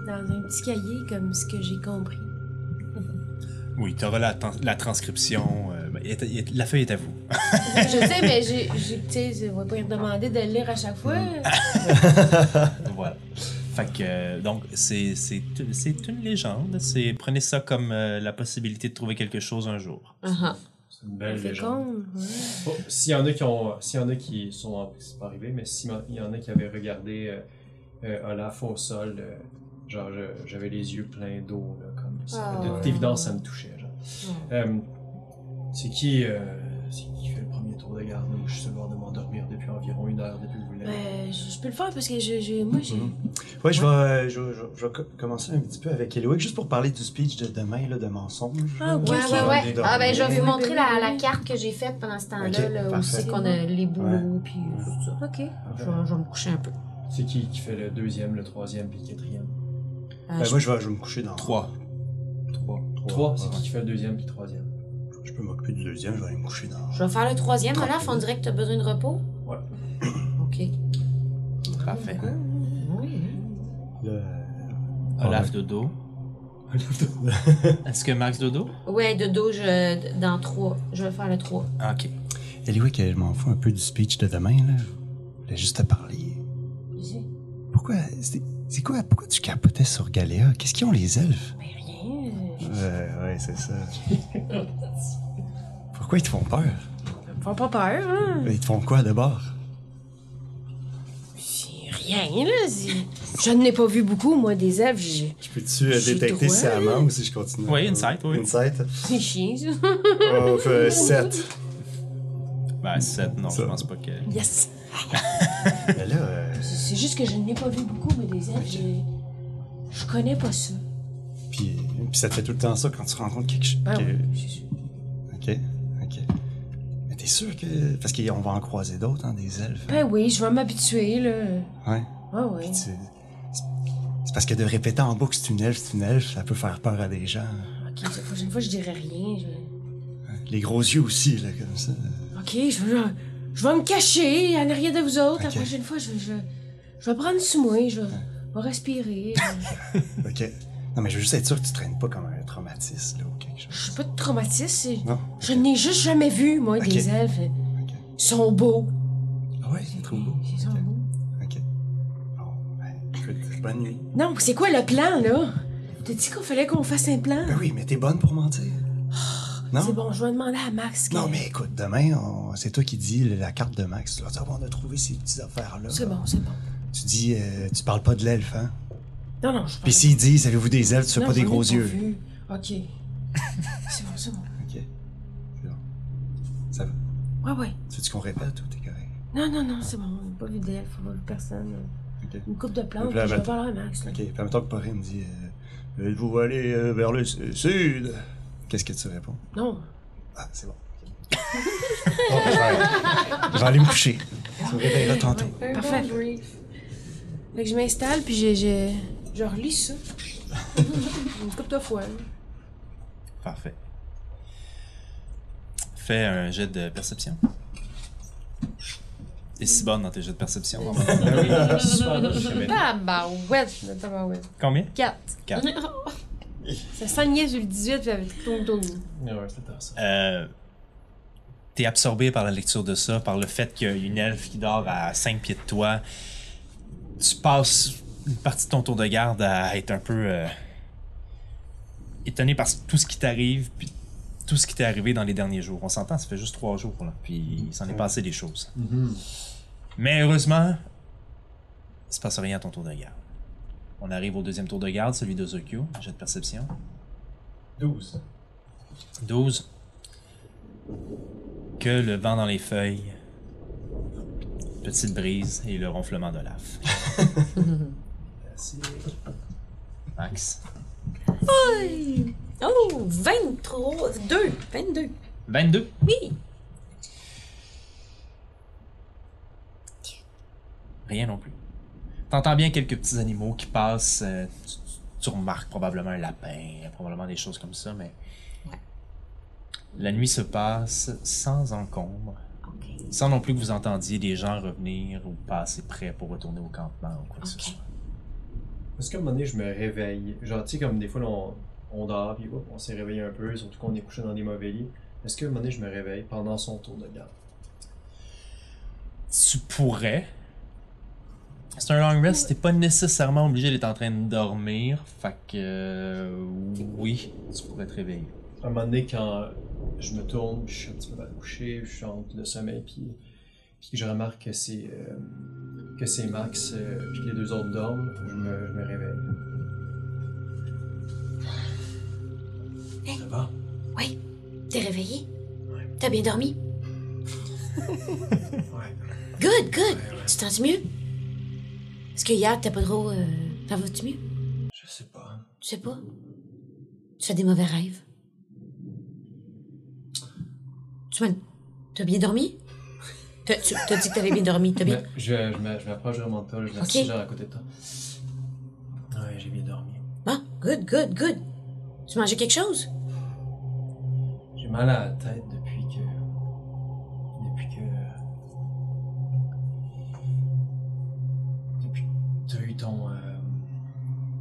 dans un petit cahier comme ce que j'ai compris.
Oui, tu auras la, tran- la transcription. euh, ben, il est- il est- la feuille est à vous.
je sais, mais j'ai, j'ai- tu sais, je vais pas lui demander de le lire à chaque fois.
voilà. Fait que, euh, donc, c'est c'est une c'est une légende. C'est- Prenez ça comme euh, la possibilité de trouver quelque chose un jour.
Ah
C'est une belle
Fait
légende.
con, ouais.
Bon, S'il y en a qui ont, s'il y en a qui sont, en- c'est pas arrivé, mais s'il y en a qui avaient regardé euh, euh, Olaf au sol, euh, genre je- j'avais les yeux pleins d'eau, là, comme ça. De toute
Ah.
évidence, ça me touchait, genre. Euh, c'est qui, euh, c'est qui fait le premier tour de garde? Moi, je suis sur le bord de m'endormir depuis environ une heure, depuis que vous
Ben, je, je peux le faire parce que je, je- moi, j'ai.
Ouais, je vais, euh, je, je- je vais co- commencer un petit peu avec Eloïc, juste pour parler du speech de demain, là, de mensonge.
Ah,
Ouais,
ok.
ouais, ouais.
Dormir.
Ah, ben, je vais vous
Oui,
montrer
oui,
la,
oui,
la
oui.
carte que j'ai faite pendant ce temps-là,
Ok,
là, où
parfait.
c'est qu'on a les boulots, puis euh, tout ça.
Ok.
Je vais, je vais me coucher un peu.
C'est qui qui fait le deuxième, le troisième, puis le quatrième
Euh,
Ben,
je-
moi, je vais, je vais me coucher dans.
3. 3.
Trois, c'est
ouais.
qui qui fait le deuxième, puis le troisième
Je peux m'occuper du deuxième, je vais aller me coucher dans.
je vais faire le troisième, Olaf. On dirait que t'as besoin de repos.
Ouais.
OK.
Parfait.
Oui.
Le...
Olaf Dodo. Est-ce que Max Dodo?
Ouais, de dos, je, dans trois. Je vais faire le trois.
Ah, Ok.
Eloïc, je m'en fous un peu du speech de demain, là. Je voulais juste te parler. Pourquoi. C'est c'est quoi. Pourquoi tu capotais sur Galéa Qu'est-ce qu'ils ont les elfes
Ben, rien.
Ouais, ouais, c'est ça. pourquoi ils te font peur
Ils font pas peur, hein.
Ils te font quoi d'abord
C'est rien, là. c'est- J'en ai pas vu beaucoup, moi, des elfes. J'ai.
Je peux-tu euh,
J'ai
détecter
droit.
si elle ment ou si je continue
Oui, insight, oui.
Insight.
C'est chiant, ça.
Oh, 7.
Ben, 7, non, je
Ça.
pense pas que.
Yes.
Mais là, euh,
C'est c'est juste que je n'ai pas vu beaucoup, mais des elfes, j'ai- je connais pas ça.
puis, puis ça te fait tout le temps ça quand tu rencontres quelque chose.
Ah oui,
Ok, ok. Mais t'es sûr que. Parce qu'on va en croiser d'autres, hein, des elfes.
Ben oui, je vais m'habituer, là.
Ouais.
Ouais, ouais.
Puis tu- c'est- C'est parce que de répéter en boucle c'est une elfe, c'est une elfe, ça peut faire peur à des gens.
Ok, la prochaine fois, je dirai rien. je-
Les gros yeux aussi, là, comme ça.
Ok, je vais, je vais me cacher en arrière de vous autres. La
Ok.
prochaine fois, je, je, je vais prendre sous moi, je vais, je vais respirer. je-
Ok. Non, mais je veux juste être sûr que tu traînes pas comme un traumatisme, là, ou quelque chose.
Je suis pas de traumatisme. c'est-
Non?
Je
Ok.
n'ai juste jamais vu, moi,
Ok.
des elfes. Ils sont beaux.
Ah ouais, c'est trop beau.
Ils sont
Ok.
beaux.
Ok. Bon, ben, écoute, bonne nuit.
Non, c'est quoi le plan, là? T'as dit qu'il fallait qu'on fasse un plan?
Ben oui, mais t'es bonne pour mentir. Non?
C'est bon, je vais demander à Max. que-
Non, mais écoute, demain, on- c'est toi qui dis la carte de Max. Tu vas dire, Ah, bon, on a trouvé ces petites affaires-là.
C'est bon, c'est bon.
Tu dis, euh, tu parles pas de l'elfe, hein?
Non, non, je
Puis s'ils disent, avez-vous des elfes, tu as
Non,
pas des
j'en ai
gros yeux.
vu. Ok. c'est bon, c'est bon.
Ok. C'est bon. Ça va.
Ouais, ouais.
Tu veux qu'on répète ou t'es correct?
Non, non, non, c'est bon. Pas vu d'elfe, pas vu personne.
Ok.
Une coupe de plantes,
Puis là,
puis je vais
mettons-
parler à Max. là.
Ok, puis admettons que Paris me dit, euh, vous aller euh, vers le su- sud. Qu'est-ce que tu réponds?
Non.
Ah, c'est bon. Ok. Bon, ben, je, vais, je vais aller me coucher. Tu me réveilleras tantôt.
Parfait. Fait que je m'installe, puis j'ai. j'ai- Je relis ça. Une coupe de fois. là.
Parfait. Fais un jet de perception. T'es si bonne dans tes jets de perception. normalement.
Ah Super, je savais.
Tabarouette, le tabarouette.
Combien?
4.
4.
Ça saignait sur le 18, puis avec ton ton.
Ouais, c'est intéressant.
Euh, T'es absorbé par la lecture de ça, par le fait qu'il y a une elfe qui dort à 5 pieds de toi. Tu passes une partie de ton tour de garde à être un peu euh, étonné par tout ce qui t'arrive, puis tout ce qui t'est arrivé dans les derniers jours. On s'entend, ça fait juste 3 jours, là, puis il s'en est passé des choses. Mais heureusement, il se passe rien à ton tour de garde. On arrive au deuxième tour de garde, celui de Zokyo, jet de perception.
12.
12. Que le vent dans les feuilles, petite brise et le ronflement de l'af.
Merci.
Max.
Oh, 23, 2, 22.
22.
Oui.
Rien non plus. T'entends bien quelques petits animaux qui passent. euh, tu, tu- tu remarques probablement un lapin, probablement des choses comme ça, mais. La nuit se passe sans encombre. Sans non plus que vous entendiez des gens revenir ou passer près pour retourner au campement ou quoi que
Ok.
ce soit.
Parce qu'à un moment donné, je me réveille. Genre, tu sais, comme des fois, là, on, on dort, puis hop, on s'est réveillé un peu, surtout qu'on est couché dans des mauvais lits. Est-ce qu'à un moment donné, je me réveille pendant son tour de garde
tu pourrais. C'est un long rest, t'es pas nécessairement obligé d'être en train de dormir. Fait que. euh, oui, tu pourrais te réveiller.
À un moment donné, quand je me tourne, puis je suis un petit peu mal couché, je suis en le sommeil, puis, puis que je remarque que c'est, euh, que c'est Max, euh, puis que les deux autres dorment, je me, je me réveille. Ça va?
Oui. T'es réveillé? T'as bien dormi?
Ouais.
Good, good. Tu t'entends mieux? Parce que hier, t'es pas trop. Euh... T'en vas-tu mieux?
Je sais pas.
Tu sais pas? Tu fais des mauvais rêves. Tu m'as. T'as bien dormi? T'as tu- t'as dit que t'avais bien dormi. T'as bien.
Mais je je m'a- je m'approche vraiment de toi, je m'assieds
Ok.
genre à côté de toi. Ouais, j'ai bien dormi.
Ah, good, good, good. Tu mangeais quelque chose?
J'ai mal à la tête depuis que. Depuis que. Depuis que t'as eu ton. euh,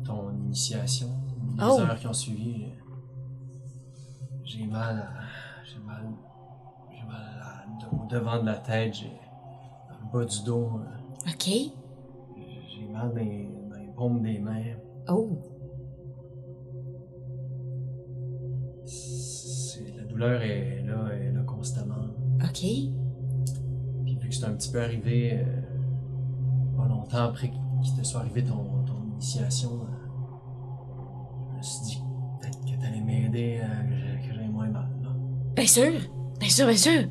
ton initiation. Les
Oh.
heures qui ont suivi. J'ai j'ai mal à. J'ai mal. J'ai mal à la- au devant de la tête, j'ai. Dans le bas du dos, euh,
OK.
j'ai mal dans les, dans les paumes des mains.
Oh.
C'est- La douleur est là, elle est là constamment.
OK.
Puis vu que c'est un petit peu arrivé euh, pas longtemps après qu'il te soit arrivé ton, ton initiation, euh, je me suis dit peut-être que t'allais m'aider, euh, que j'ai- que j'aille moins mal. Là.
Bien sûr. Bien sûr, bien sûr.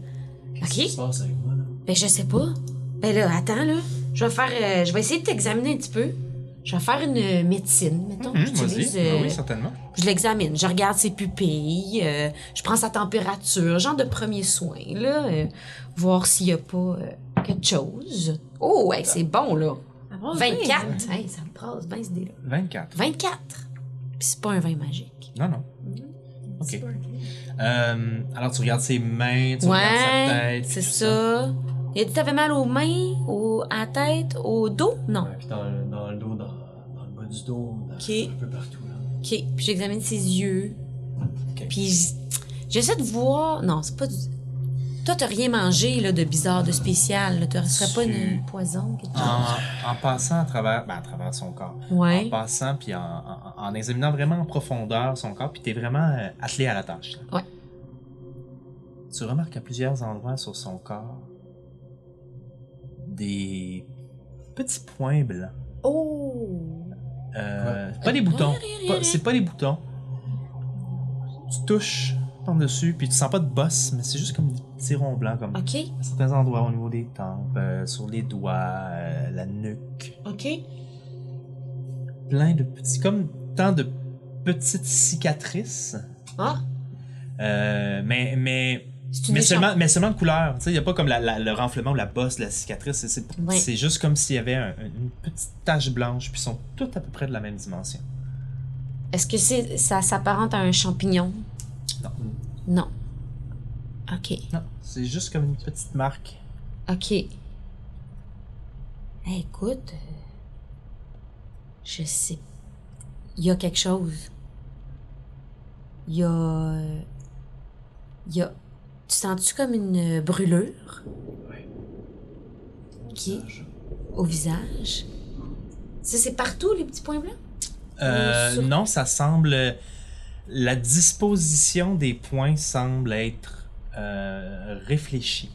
Qu'est-ce
Ok.
qui se passe avec moi? Là?
Ben, je sais pas. Ben là, attends, là. Je vais faire. euh, je vais essayer de t'examiner un petit peu. Je vais faire une euh, médecine, mettons.
Hum,
J'utilise,
Vas-y.
euh,
Ah oui, certainement.
je l'examine. Je regarde ses pupilles. euh, je prends sa température. Genre de premier soin, là. euh, voir s'il y a pas euh, quelque chose. Oh, ouais, c'est bon, là. 24. Ah, Hey, ça me passe bien, ce dé-là.
24.
24. Puis c'est pas un vin magique.
Non, non.
Mmh.
Ok. Euh, alors, tu regardes ses mains, tu regardes sa
ouais,
tête.
c'est
tout
ça. Il a dit que t'avais mal aux mains, au, à la tête, au dos? Non.
Ouais, puis dans, le- dans le dos, dans, dans le bas du dos, dans-
Ah. Ok.
un peu partout. Là.
OK. Puis j'examine ses yeux.
Ok.
Puis j- j'essaie de voir. Non, c'est pas du. Toi, t'as rien mangé là, de bizarre, de spécial. là. T'aurais- Ce serait pas
Tu-
une, une poison, quelque chose.
En, en passant à travers, ben, à travers son corps. En
Ouais.
passant, puis en, en- en examinant vraiment en profondeur son corps, puis t'es vraiment euh, attelé à la tâche. là.
Ouais.
Tu remarques à plusieurs endroits sur son corps des petits points blancs.
Oh!
Euh, pas des boutons. Pas- C'est pas des boutons. Tu touches par-dessus, puis tu sens pas de bosse, mais c'est juste comme des petits ronds blancs, comme
OK.
à certains endroits au niveau des tempes, euh, sur les doigts, euh, la nuque.
OK.
Plein de petits, comme tant de petites cicatrices.
Ah!
Euh, mais, mais,
C'est une
mais,
méchante-
seulement, mais seulement de couleur. Il n'y a pas comme la- la- le renflement ou la bosse, la cicatrice. C'est- C'est
Ouais.
c'est juste comme s'il y avait un- une petite tache blanche, puis ils sont toutes à peu près de la même dimension.
Est-ce que c'est ça s'apparente à un champignon?
Non.
Non. OK.
Non, c'est juste comme une petite marque.
OK. Eh, écoute, euh, je sais. Il y a quelque chose. Il y a. euh, Il y a. Tu sens-tu comme une euh, brûlure
Ouais.
Qui? au visage? Ça, c'est partout, les petits points blancs?
Euh,
Ou sur-
Non, ça semble. La disposition des points semble être euh, réfléchie.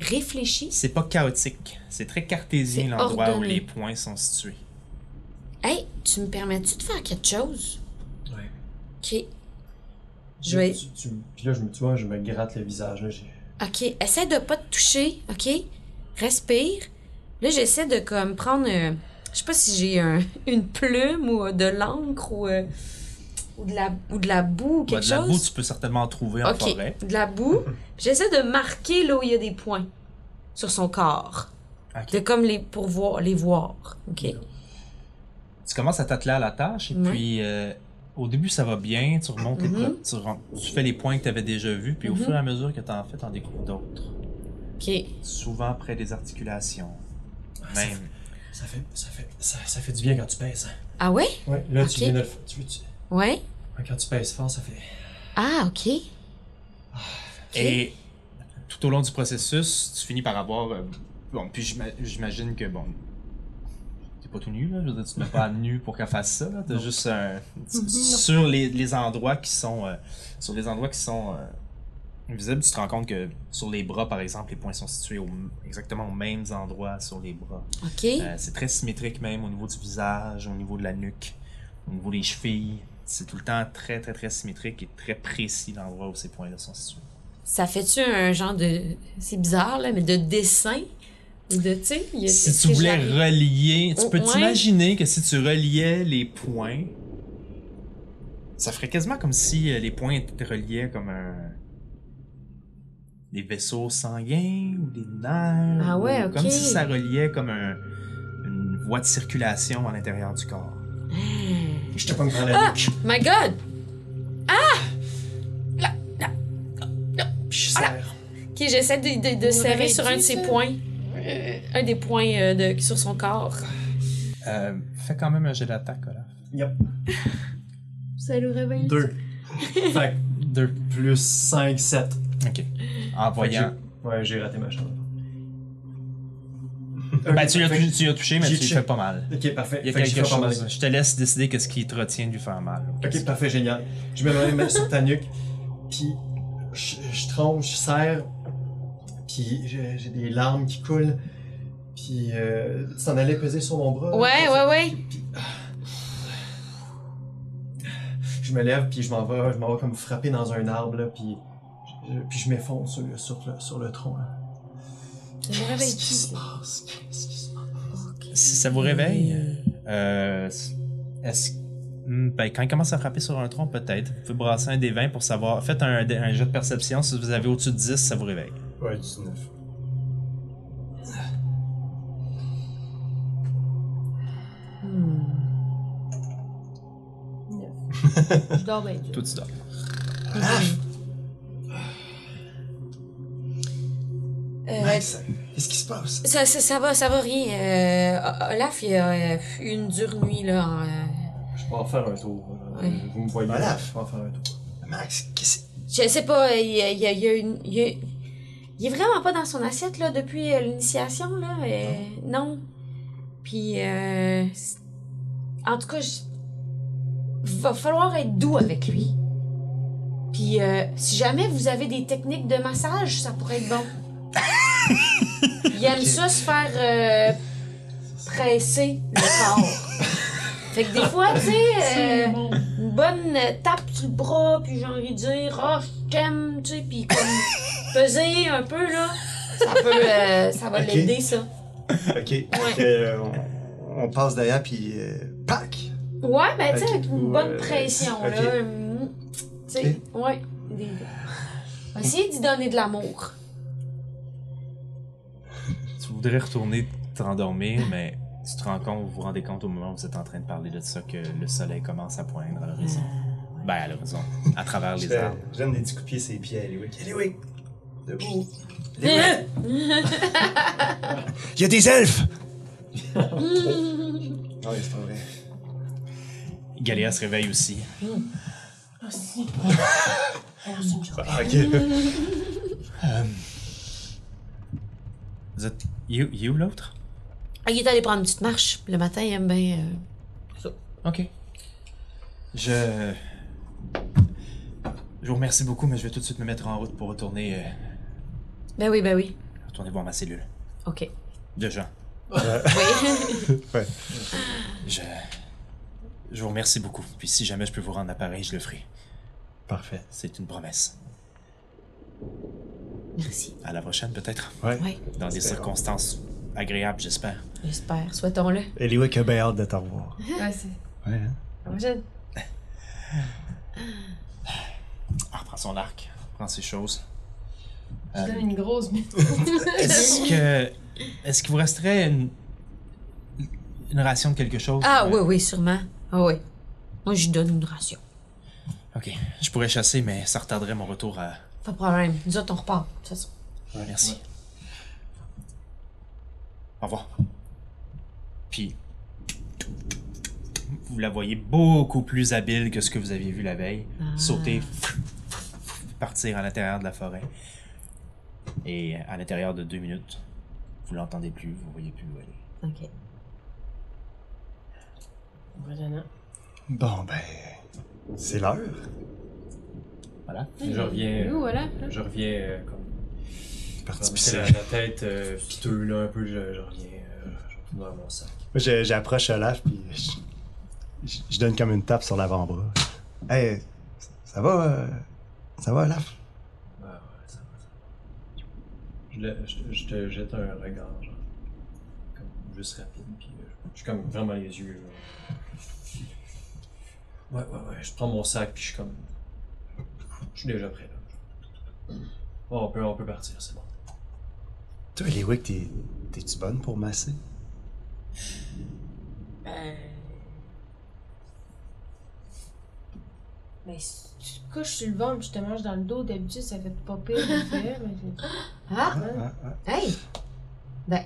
Réfléchis.
C'est pas chaotique. C'est très cartésien
C'est
l'endroit où
ordonné.
les points sont situés.
Hé, tu me permets-tu de faire quelque chose?
Ouais.
OK. Je vais.
Tu- tu- puis là, je me, tu vois, je me gratte le visage. Là, j'ai-
OK, essaie de pas te toucher, OK? Respire. Là, j'essaie de comme prendre euh, je sais pas si j'ai un- une plume ou euh, de l'encre ou, euh, ou de la ou de la boue ou
Bah,
quelque
de la boue,
chose.
tu peux certainement en trouver en
OK,
forêt.
de la boue. Puis J'essaie de marquer là où il y a des points sur son corps.
OK.
De comme les pour voir les voir, OK?
Tu commences à t'atteler à la tâche et
Ouais.
puis euh, au début ça va bien, tu remontes les
Mhm.
pro- tu, rem- tu fais les points que tu avais déjà vus, puis
Mhm.
au fur et à mesure que tu en fais, tu en découvres d'autres.
OK.
Souvent près des articulations.
Ah, ça,
Même.
fait, ça, fait, ça, fait, ça, ça fait du bien quand tu pèses. hein.
Ah ouais?
Ouais, là,
Ok.
tu viens de le faire. Tu, tu-
Ouais.
ouais, quand tu pèses fort, ça fait.
Ah, OK.
Et tout au long du processus, tu finis par avoir. euh, bon, puis j'ima- j'imagine que, bon, t'es pas tout nu, là. Je veux dire, tu te mets pas à nu pour qu'elle fasse ça, là. T'as juste un. Sur les, les endroits qui sont. euh, sur les endroits qui sont. euh, visibles, tu te rends compte que sur les bras, par exemple, les points sont situés au m- exactement aux mêmes endroits sur les bras.
OK.
Euh, c'est très symétrique, même au niveau du visage, au niveau de la nuque, au niveau des chevilles. C'est tout le temps très, très, très symétrique et très précis l'endroit où ces points-là sont situés.
Ça fait-tu un genre de. C'est bizarre, là, mais de dessin
De, tu sais, il y a-
Si
si
tu voulais
j'arrive-
relier, tu
Oh,
peux
ouais.
t'imaginer que si tu reliais les points, ça ferait quasiment comme si euh, les points étaient reliés comme un... des vaisseaux sanguins ou des nerfs.
Ah ouais,
ou
ok.
Comme si ça reliait comme un- une voie de circulation à l'intérieur du corps.
Je te pogne dans la
Ah!
nuque.
My God! Ah!
Puis je serre.
Ok, j'essaie de, de- de
On
serrer
aurait
sur
dit
un de ses
ça.
points. Euh, un des points euh, de, sur son corps.
Euh, fais quand même un jet d'attaque, Olaf.
Yep.
Ça nous réveille.
Deux. fait que deux plus cinq, sept.
Ok. En voyant.
Fait que j'ai- Ouais, j'ai raté ma chambre.
Ben, tu l'as tou- tu l'as touché, mais tu
J'ai
lui
touché.
fais pas mal.
Ok, parfait.
Il y a
Fait que j'y
quelque
fais pas mal.
chose. Je te laisse décider qu'est-ce qui te retient de lui faire mal.
Ok, parfait, génial. Je me mets les mains sur ta nuque, puis je, je trompe, je serre, puis j'ai j'ai des larmes qui coulent, puis euh, tu t'en allais peser sur mon bras.
Ouais, ouais, ouais.
Puis, ah. je me lève, puis je m'en vais, je m'en vais comme frapper dans un arbre, là, puis, je, puis je m'effondre sur, le- sur, le- sur le tronc. là.
Ça nous réveille
Qu'est-ce qui
qui,
se
ça?
passe? Qu'est-ce qui se passe?
Si ça vous réveille, euh, est-ce Hmm, ben, quand il commence à frapper sur un tronc, peut-être. Vous pouvez brasser un des 20 pour savoir. Faites un, un jet de perception. Si vous avez au-dessus de 10, ça vous réveille.
Ouais, 19.
Je dors bien dur.
Tout tu dors.
Euh,
Qu'est-ce qui se passe?
ça, ça, ça va, ça va rien. Euh, Olaf, il a euh, eu une dure nuit, là. en, euh,
Je vais en faire un tour. là.
Ouais.
Vous me voyez
Voilà.
là, je vais en faire un tour.
Max, qu'est-ce
Je sais pas, il, y a- il, y a- il y a une. Il, y a- il est vraiment pas dans son assiette là depuis euh, l'initiation là. euh, non. Puis euh, c'est- en tout cas, je- va falloir être doux avec lui. Puis euh, si jamais vous avez des techniques de massage, ça pourrait être bon. il aime ça se faire euh, presser le corps. fait que des fois, tu sais. euh,
bon.
une bonne euh, tape sur le bras, puis j'ai envie de dire, ah, je t'aime, tu sais, puis comme peser un peu, là, ça peut, euh, ça va
Ok.
l'aider, ça.
Ok, donc, euh, on, on passe derrière, puis euh, pac!
Ouais, ben, tu sais,
Ok.
avec une
Ou,
bonne
euh,
pression,
ok.
là, hum, tu sais, ouais. Des... On va essayer d'y donner de l'amour.
Tu voudrais retourner t'endormir, mais tu te rends compte, vous vous rendez compte au moment où vous êtes en train de parler de ça que le soleil commence à poindre à l'horizon. Ben, à l'horizon. À travers les arbres.
J'aime des petits coups de pied ses pieds à Eliwick. Eliwick! Debout! Il y a des elfes! non, c'est pas vrai.
Galéa se réveille aussi.
Ah, ok.
Vous êtes. You, you l'autre?
Ah, il est allé prendre une petite marche, le matin, il aime bien... euh,
Ok. Je. Je vous remercie beaucoup, mais je vais tout de suite me mettre en route pour retourner, euh,
Ben oui, ben oui.
retourner voir ma cellule.
OK.
De gens.
Oui.
Je. Je vous remercie beaucoup. Puis si jamais je peux vous rendre appareil, je le ferai.
Parfait.
C'est une promesse.
Merci.
À la prochaine, peut-être.
Ouais,
Dans des
Espérons.
circonstances agréables, j'espère.
j'espère. Souhaitons-le.
Eliwick a bien ben hâte de te revoir.
Ouais, c'est.
Ouais, hein?
Imagine.
Ah, prends son arc. Prends ses choses. Euh,
Je donne une grosse.
Est-ce que. Est-ce qu'il vous resterait une. Une ration de quelque chose?
Ah,
Euh,
oui, oui, sûrement. Ah, oui. Moi, je lui donne une ration.
Ok. Je pourrais chasser, mais ça retarderait mon retour à.
Pas de problème. Nous autres, on repart, de toute façon.
Merci. Au revoir. Puis, vous la voyez beaucoup plus habile que ce que vous aviez vu la veille. Sauter, partir à l'intérieur de la forêt. Et à l'intérieur de deux minutes, vous l'entendez plus, vous voyez plus où elle est.
Ah, OK.
Bon, ben. C'est l'heure.
Voilà.
Je reviens.
Nous, voilà.
Je reviens euh, comme.
C'est parti
comme
pis
c'est
c'est-
la, la tête euh, piteuse là, un peu, je, je reviens. euh, je retourne dans mon sac.
Moi, je- j'approche Olaf, puis je, je- je donne comme une tape sur l'avant-bras. Hey, ça va? euh, Ça va, Olaf?
Ouais, ouais, ça va, ça va. Je, le- je te- je te jette un regard, genre. juste rapide. Puis euh, je suis comme vraiment les yeux. là. Ouais, ouais, ouais. Je prends mon sac, puis je suis comme. Je suis déjà prêt, là. Oh, on, peut, on peut partir, c'est bon.
Toi, Eliwick, t'es- t'es-tu bonne pour masser?
Mais Ben, si tu te couches sur le ventre puis je te mange dans le dos, d'habitude, ça fait pas pire de le faire. Mais...
Ah,
Ah, ah,
hey! Ben.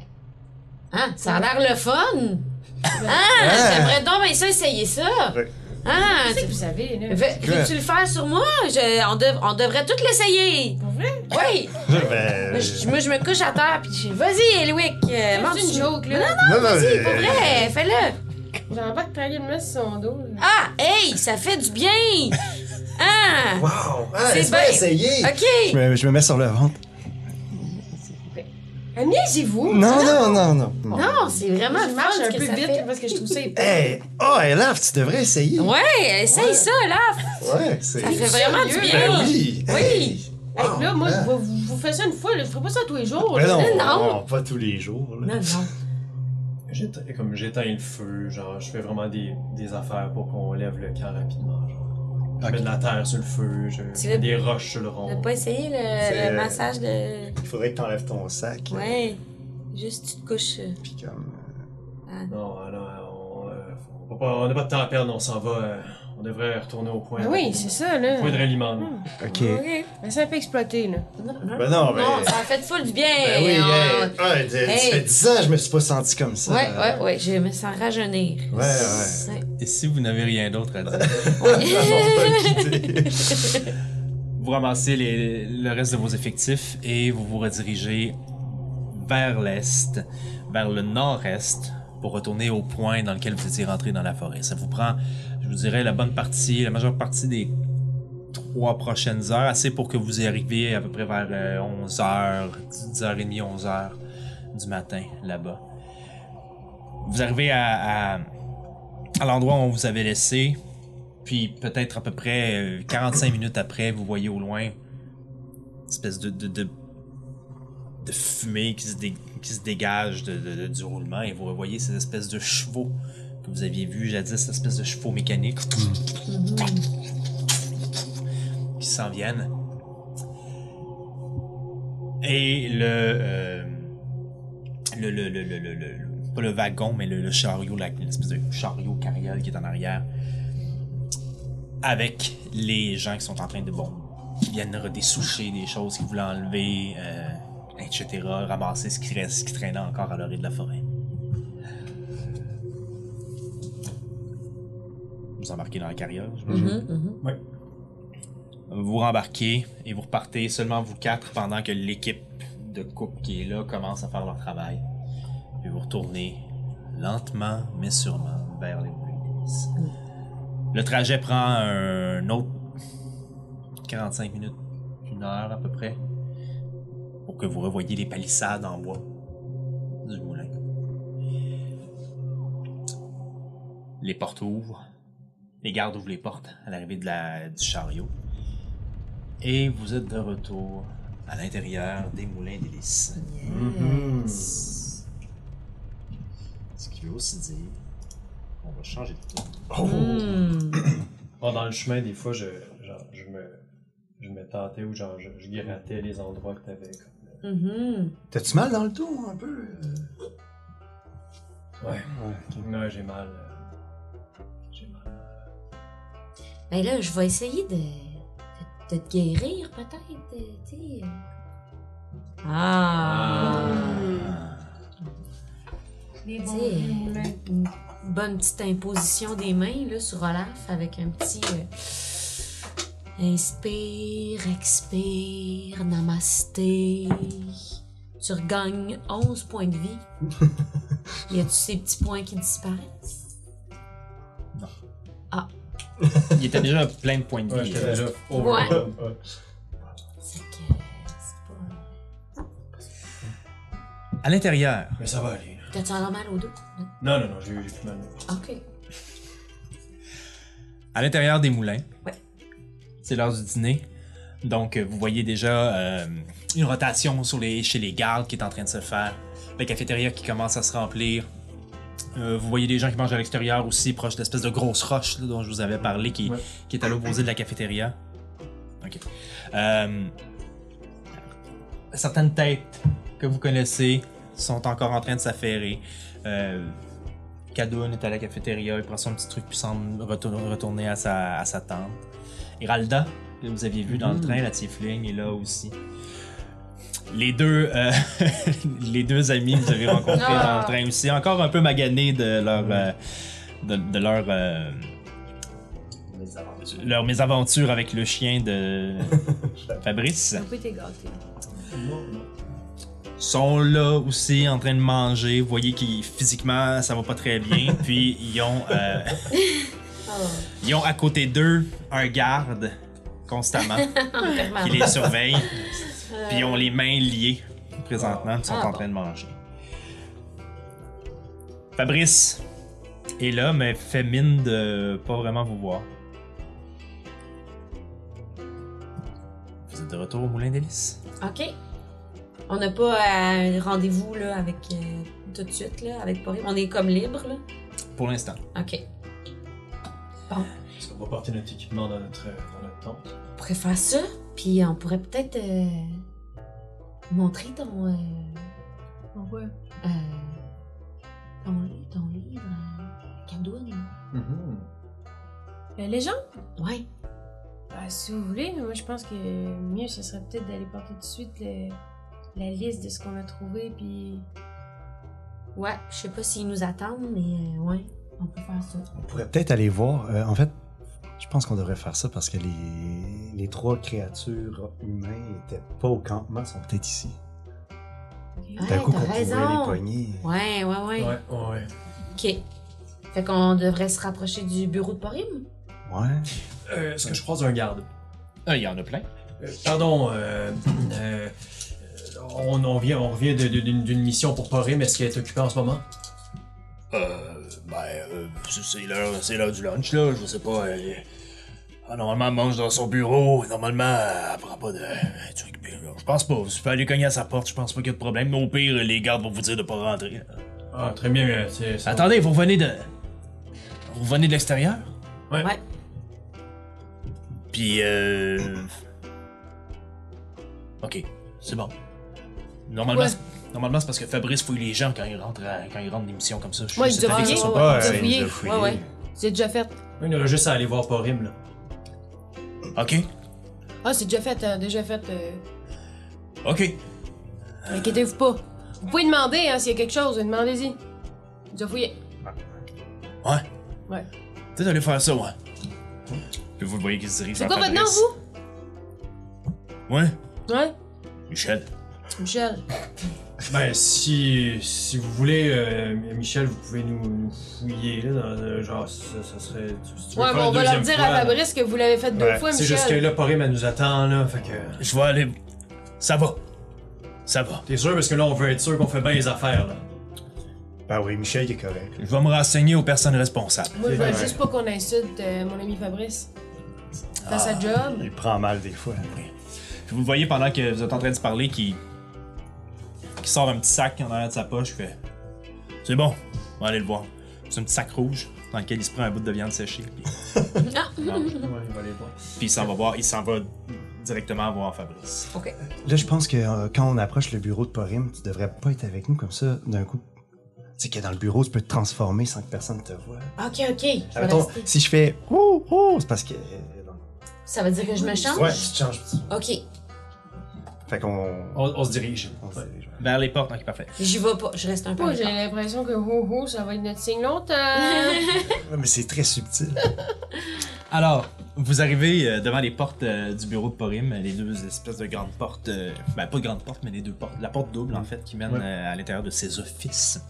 Hein, ça a l'air le fun!
Ah!
Ah, j'aimerais donc bien ça essayer ça!
Ouais.
Ah,
Tu sais que vous savez, là.
Veux- Veux-tu le faire sur moi? Je- on, dev- on devrait tout l'essayer!
Pour vrai?
Oui!
Ben,
Je- moi, je me couche à terre, puis je Vas-y, Eliwick! euh,
C'est une
monte-tu-
joke, là.
non, non,
Vas-y,
mais-
pour vrai, fais-le!
J'en pas de craquer le mess sur son dos. là.
Ah, hey, ça fait du bien! Ah!
Wow! Ah,
C'est
laisse moi
bien.
essayer! Je
OK!
me, je me mets sur le ventre.
Amusez-vous!
Non, non, non, non.
Non, c'est vraiment
Je marche
fun
un
ce que
peu
ça
vite
fait.
parce que je trouve ça épais.
Hey! Oh, Elaf, tu devrais essayer.
Ouais, essaye
Ouais.
ça, là!
Ouais, c'est.
Ça fait vraiment du
sérieux?
bien!
Ben oui!
Oui.
Hey.
Hey,
Wow.
là, moi,
Ah.
je vais vous, vous faites ça une fois, là. je ferai pas ça tous les jours.
Ben
là.
non,
Non.
non, pas tous les jours. là.
Non, non.
J'éteins, comme j'éteins le feu, genre, je fais vraiment des, des affaires pour qu'on lève le camp rapidement. Genre. Je mets de la terre sur le feu, je
Tu
mets
veux-
des roches sur le rond.
On n'a pas essayé le,
C'est-
le massage de.
Il faudrait que t'enlèves ton sac.
Ouais. Juste, tu te couches. euh,
Puis comme.
Non, alors, on, euh, faut pas- on n'a pas de temps à perdre, on s'en va. euh, on devrait retourner au point.
Ben oui, c'est ça, là.
Point de ralliement.
Hmm.
Ok.
OK.
Mais c'est un peu exploité, là.
Non, non.
Ben euh, non, mais.
Non, ça a fait full du bien!
Ben oui,
On-
hey. Ah, de- ça
Hey.
fait 10 ans, je me suis pas senti comme ça. Ah,
Ouais, ouais, ouais, je me sens rajeunir.
Ouais, ouais.
Et si vous n'avez rien d'autre à dire,
On va quitter.
vous ramassez les- le reste de vos effectifs et vous vous redirigez vers l'est, vers le nord-est, pour retourner au point dans lequel vous étiez rentré dans la forêt. Ça vous prend, je vous dirais, la bonne partie, la majeure partie des trois prochaines heures, assez pour que vous y arriviez à peu près vers euh, 11h, 10h30, 11h du matin là-bas. Vous arrivez à, à- à l'endroit où on vous avait laissé, puis peut-être à peu près euh, 45 minutes après, vous voyez au loin une espèce de, de, de, de fumée qui se, dé- qui se dégage de- de- de- du roulement et vous revoyez ces espèces de chevaux que vous aviez vus jadis, espèces de chevaux mécaniques qui s'en viennent. Et le, euh, le, le, le, le, le, le- le- pas le wagon, mais le, le chariot, la- l'espèce de chariot carriole qui est en arrière avec les gens qui sont en train de bon, qui viennent redessoucher des choses qu'ils voulaient enlever, euh, etc., ramasser ce qui reste, ce qui traînait encore à l'orée de la forêt. Vous embarquez dans la carriole, j'imagine?
Mhm,
Vous rembarquez et vous repartez seulement vous quatre pendant que l'équipe de coupe qui est là commence à faire leur travail. Puis vous retournez lentement mais sûrement vers les Breeze. Le trajet prend un autre 45 minutes, une heure à peu près, pour que vous revoyiez les palissades en bois du moulin. Les portes ouvrent, les gardes ouvrent les portes à l'arrivée de la- du chariot. Et vous êtes de retour à l'intérieur des moulins d'hélice.
Mhm.
Ce qui veut aussi dire qu'on va changer de tour.
Oh, Mhm.
Hmm.
Bon, dans le chemin, des fois, je, genre, je, me, je me tentais ou genre, je, je grattais les endroits que t'avais. Comme...
Mhm.
T'as-tu mal dans le dos un peu?
Ouais.
Ouais.
Non, j'ai mal. euh, J'ai mal.
Ben là, je vais essayer de, de- de te guérir, peut-être. euh, tu sais. Ah!
Des
Tu
bons
sais, euh,
vieux moulins.
une bonne petite imposition des mains là, sur Olaf avec un petit. euh, inspire, expire, namasté. Tu regagnes 11 points de vie. y a-tu ces petits points qui disparaissent?
Il était déjà plein de points de
Ouais,
vie.
j'étais
là.
déjà over. Ouais.
C'est que. c'est pas-
À l'intérieur,
Mais ça va aller. là.
T'as-tu encore mal au dos? Non?
Non, non, non, j'ai j'ai plus mal.
Ok.
à l'intérieur des moulins.
Ouais.
C'est l'heure du dîner. Donc, euh, vous voyez déjà euh, une rotation sur les, chez les gardes qui est en train de se faire. La cafétéria qui commence à se remplir. Euh, vous voyez des gens qui mangent à l'extérieur aussi, proche de l'espèce de grosse roche là, dont je vous avais parlé, qui,
Ouais.
qui est à l'opposé de la cafétéria. Ok. Euh, certaines têtes que vous connaissez sont encore en train de s'affairer. Euh, Cadoun est à la cafétéria, il prend son petit truc puis semble retourner, retourner à, sa, à sa tente. Héralda, que vous aviez vu dans le train, la tiefling, est là aussi. Les deux, euh, les deux amis que vous avez rencontrés dans le train aussi, encore un peu maganés de leur, euh, de, de leur, euh, leur mésaventure avec le chien de Fabrice,
Un peu t'es gâté.
sont là aussi en train de manger. Vous voyez qu'ils physiquement ça va pas très bien. Puis ils ont euh,
Ah,
Ils ont à côté d'eux un garde constamment qui les surveille. Puis ils ont les mains liées présentement, ils sont en train de manger. Fabrice est là, mais fait mine de pas vraiment vous voir. Vous êtes de retour au Moulin d'Hélice?
OK. On n'a pas un rendez-vous là avec euh, tout de suite là avec Porim. On est comme libre là.
Pour l'instant.
OK.
Est-ce qu'on va porter notre équipement dans notre, euh, dans notre tente?
On pourrait faire ça, puis on pourrait peut-être euh, montrer ton euh, euh, ton, li- ton livre euh, Cadoune.
Mhm.
La légende?
Ouais.
Bah, si vous voulez, mais moi je pense que mieux ce serait peut-être d'aller porter tout de suite le- la liste de ce qu'on a trouvé, puis.
Ouais, je sais pas s'ils nous attendent, mais euh, ouais, on peut faire ça.
On pourrait peut-être aller voir. euh, en fait, je pense qu'on devrait faire ça parce que les, les trois créatures humaines étaient pas au campement, sont peut-être ici. D'un coup,
Ouais, t'as
qu'on pouvait les
raison.
pogner.
Ouais, ouais, ouais.
Ouais, ouais.
OK. Fait qu'on devrait se rapprocher du bureau de Porim.
Ouais.
Euh, Est-ce que je croise un garde?
Ah, il y en a plein.
Euh, pardon, euh, euh, euh, on, on vient, on revient de- de- d'une d'une mission pour Porim. Est-ce qu'elle est occupée en ce moment?
Euh, ben, euh, c'est- c'est l'heure, c'est l'heure du lunch, là, je sais pas. euh, ah, normalement, elle mange dans son bureau, normalement, elle prend pas de... de trucs, mais, euh, Je pense pas, vous pouvez aller cogner à sa porte, je pense pas qu'il y a de problème, mais au pire, les gardes vont vous dire de pas rentrer.
Ah, très bien. euh, c'est- ça-
Attendez, vous revenez de... Vous revenez de l'extérieur?
Ouais.
Ouais.
Puis, euh... Ok, c'est bon. Normalement,
Ouais.
c'est- normalement, c'est parce que Fabrice fouille les gens quand il rentre, à- quand il rentre d'émission comme ça. Je suis
Moi, il
juste
dit
étonné que
rien.
ça
Ouais,
soit
ouais,
pas,
il
euh,
dit fouiller.
Ouais, ouais.
C'est déjà fait.
Oui, on a juste à aller voir Porim, là.
Ok,
Ah, c'est déjà fait, hein, déjà fait. euh,
ok.
Inquiétez-vous pas. Vous pouvez demander hein, s'il y a quelque chose, demandez-y. Déjà fouillé.
Ouais.
Ouais.
Peut-être aller faire ça, ouais. Puis vous le voyez qui se dirige
C'est
vers
quoi votre nom,
Fabrice.
vous
Ouais,
Ouais,
Michel.
Michel.
Ben, si, si vous voulez, euh, Michel, vous pouvez nous, nous fouiller, là, dans, euh, genre, ça, ça serait... si tu veux
Ouais,
faire
mais on
une
va leur
deuxième
dire
fois,
à
là.
Fabrice que vous l'avez fait deux
Ouais,
fois,
C'est
Michel.
juste que là, Porim, elle nous attend, là, fait que...
Je vais aller. Ça va. Ça va.
T'es sûr, parce que là, on veut être sûr qu'on fait bien les affaires, là.
Ben oui, Michel, il est correct.
Je vais me renseigner aux personnes responsables.
Moi, je veux
Ouais.
juste pas qu'on insulte euh, mon ami Fabrice. C'est
Ah.
à sa job.
Il prend mal des fois.
Puis vous le voyez pendant que vous êtes en train de se parler qui. qui sort un petit sac en arrière de sa poche. Fait. C'est bon, on va aller le voir. C'est un petit sac rouge dans lequel il se prend un bout de viande séchée. Puis,
Ah!
Ouais, il va aller voir.
puis il s'en va voir, il s'en va directement voir Fabrice.
Là, je pense que euh, quand on approche le bureau de Porim, tu devrais pas être avec nous comme ça d'un coup. Tu sais que dans le bureau, tu peux te transformer sans que personne te voie.
OK, OK. je vais
Mettons,
rester.
si je fais ouh ouh, c'est parce que. euh, non.
Ça veut dire que je me change?
Ouais, tu te changes.
OK.
Fait qu'on.
On, on se dirige.
on se dirige.
Vers les portes, ok, parfait.
J'y vais pas. Je reste un peu.
Moi,
à
j'ai
l'écart.
l'impression que ho ho, ça va être notre signe euh, longtemps.
Ouais, mais c'est très subtil.
Alors, vous arrivez euh, devant les portes euh, du bureau de Porim, les deux espèces de grandes portes, euh, ben pas de grandes portes, mais les deux portes, la porte double en fait, qui mène
Ouais.
euh, à l'intérieur de ses offices.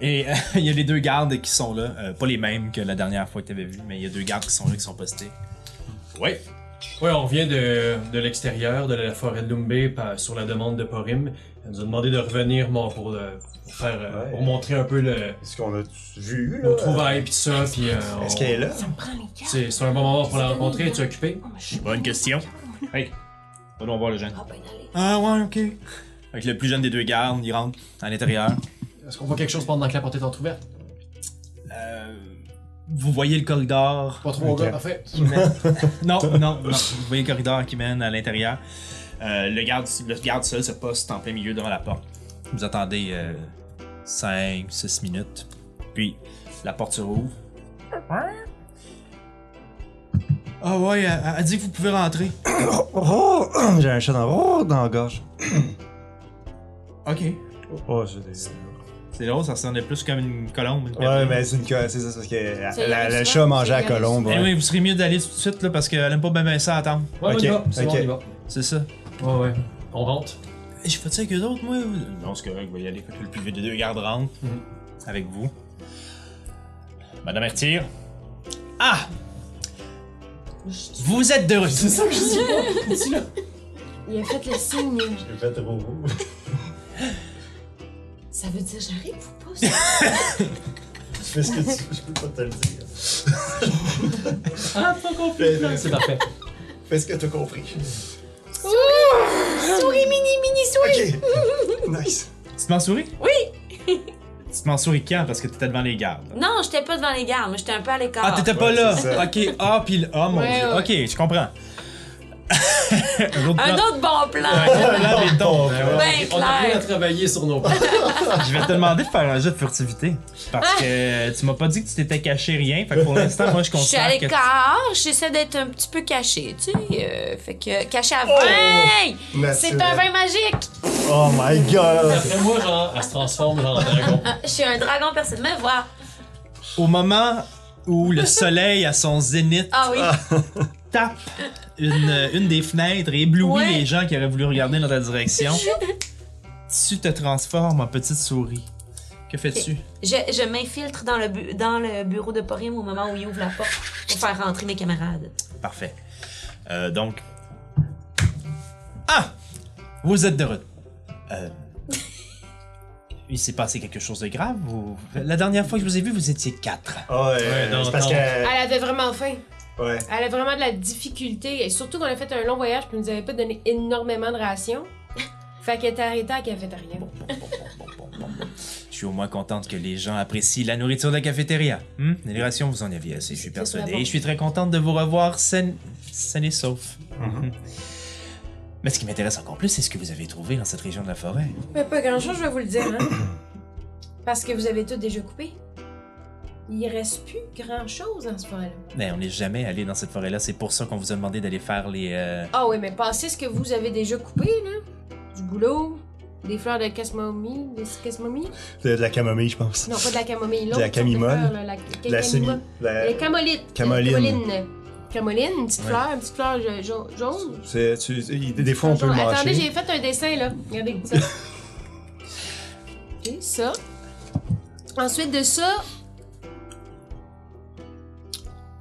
Et euh, il y a les deux gardes qui sont là, euh, pas les mêmes que la dernière fois que tu avais vu, mais il y a deux gardes qui sont là, qui sont postés. Ouais.
Ouais, on vient de, de l'extérieur, de la forêt de Lumbé, par- sur la demande de Porim. Elle nous a demandé de revenir, bon, pour, le- pour faire... euh,
Ouais.
pour montrer un peu le...
Est-ce qu'on a vu,
Nos trouvailles, pis tout ça, pis... euh,
Est-ce
on-
qu'elle est là?
C'est c'est un bon moment pour la rencontrer, tu es occupé?
Oh,
Bonne question. Hey, allons voir le jeune.
Ah, ben, allez.
Ah ouais, ok. Avec le plus jeune des deux gardes, il rentre à l'intérieur.
Est-ce qu'on voit quelque chose pendant que la porte est entrouverte
Euh, vous voyez le corridor.
Pas trop,
Ok.
gars, parfait.
qui mène- non, non, non. Vous voyez le corridor qui mène à l'intérieur. Euh, le, garde, le garde seul se poste en plein milieu devant la porte. Vous attendez 5, 6 minutes. Puis la porte se rouvre. Ah ouais, elle, elle dit que vous pouvez rentrer.
Oh, oh, oh, J'ai un chat dans, oh, dans la gorge.
Ok.
Oh, c'est des-
C'est drôle, ça ressemblait plus comme une colombe. une
Ouais,
cabriolet.
mais c'est une co- c'est ça, c'est parce
Ça
que
y
la-
arrive
le
souvent,
chat mangeait
ça
à
y arrive
colombe.
Anyway,
ouais.
vous serez mieux d'aller tout de suite là, parce qu'elle aime pas bien ça à attendre.
Ouais,
Ok,
on y va. C'est
ok.
bon,
C'est ça.
on y va. Ouais, ouais. On rentre.
Et Je fais ça avec eux autres, moi. ou- Non, c'est correct, vous y aller. Fait que le plus vieux des deux gardes rentre
Mhm.
avec vous. Madame Hertire. Ah! Vous êtes de retour.
ça que je dis pas. là.
Il a fait le signe.
J'ai fait trop beau.
Ça veut dire j'arrive ou pas? ça?
Je fais ce que tu veux, je peux pas te le dire.
Ah, pas compris.
Ben,
C'est parfait.
Fais ce que t'as compris.
Souris mini mini souris!
Ok. nice.
Tu te m'en souris? Oui! tu te m'en souris quand? Parce que t'étais devant les gardes. là.
Non, j'étais pas devant les gardes, moi j'étais un peu à l'écart.
Ah, t'étais pas
ouais,
là!
c'est ça.
Ok, ah, puis le A, mon
Ouais,
dieu.
ouais.
Ok, je comprends. un autre
Un
plan-
autre bon plan!
un plan béton.
Ben
Ben
On a rien à
clair!
travailler sur nos plans.
Je vais te demander de faire un jeu de furtivité. Parce que tu m'as pas dit que tu t'étais caché rien. Fait que pour l'instant, moi, je
Je suis à
considère que
l'écart, j'essaie d'être un petit peu cachée, tu sais. euh, fait que caché à 20! C'est un vin magique!
Oh my god.
Après moi, genre, elle se transforme genre en dragon.
Ah, Je suis un dragon, personne ne me voit.
Au moment où le soleil à son zénith
Ah oui!
tape une, une des fenêtres et éblouit
Ouais.
les gens qui auraient voulu regarder dans ta direction, tu te transformes en petite souris. Que fais-tu?
Je, je m'infiltre dans le, bu- dans le bureau de Porim au moment où il ouvre la porte pour faire rentrer mes camarades.
Parfait. Euh, donc. Ah! Vous êtes de retour. Euh, Il s'est passé quelque chose de grave? ou- La dernière fois que je vous ai vu, vous étiez quatre.
Oh, ouais,
Ouais, non,
c'est parce
non.
Elle
que.
avait vraiment faim.
Ouais.
Elle a vraiment de la difficulté. Et surtout qu'on a fait un long voyage puis nous avait pas donné énormément de rations. Fait qu'elle était arrêtée à la cafétéria.
Je suis au moins contente que les gens apprécient la nourriture de la cafétéria. Hmm? Les rations, vous en aviez assez, je suis
C'est
persuadé.
très bon.
Je suis très contente de vous revoir saine, saine et sauf. Hum.
Mhm.
Mais ce qui m'intéresse encore plus, c'est ce que vous avez trouvé dans cette région de la forêt.
Mais pas grand chose, je vais vous le dire, hein. Parce que vous avez tout déjà coupé. Il reste plus grand chose en ce moment-là.
Mais on n'est jamais allé dans cette forêt-là, c'est pour ça qu'on vous a demandé d'aller faire les... euh,
Ah oui, mais passez ce que vous avez déjà coupé, là. Du boulot, des fleurs de casmomie, des casmomie.
De de la camomille, je pense.
Non, pas de la camomille, l'autre.
la
sorte de
camimole.
fleur, là, La,
De la semi.
camima-
de la-
Les camolites.
Camoline.
Camoline. Camoline, une petite
Ouais.
fleur, une petite fleur ja- ja- jaune.
C'est- tu- il- des fois, on peut le
Jaune.
manger.
Attendez, j'ai fait un dessin, là. Regardez, ça. OK, ça. Ensuite de ça...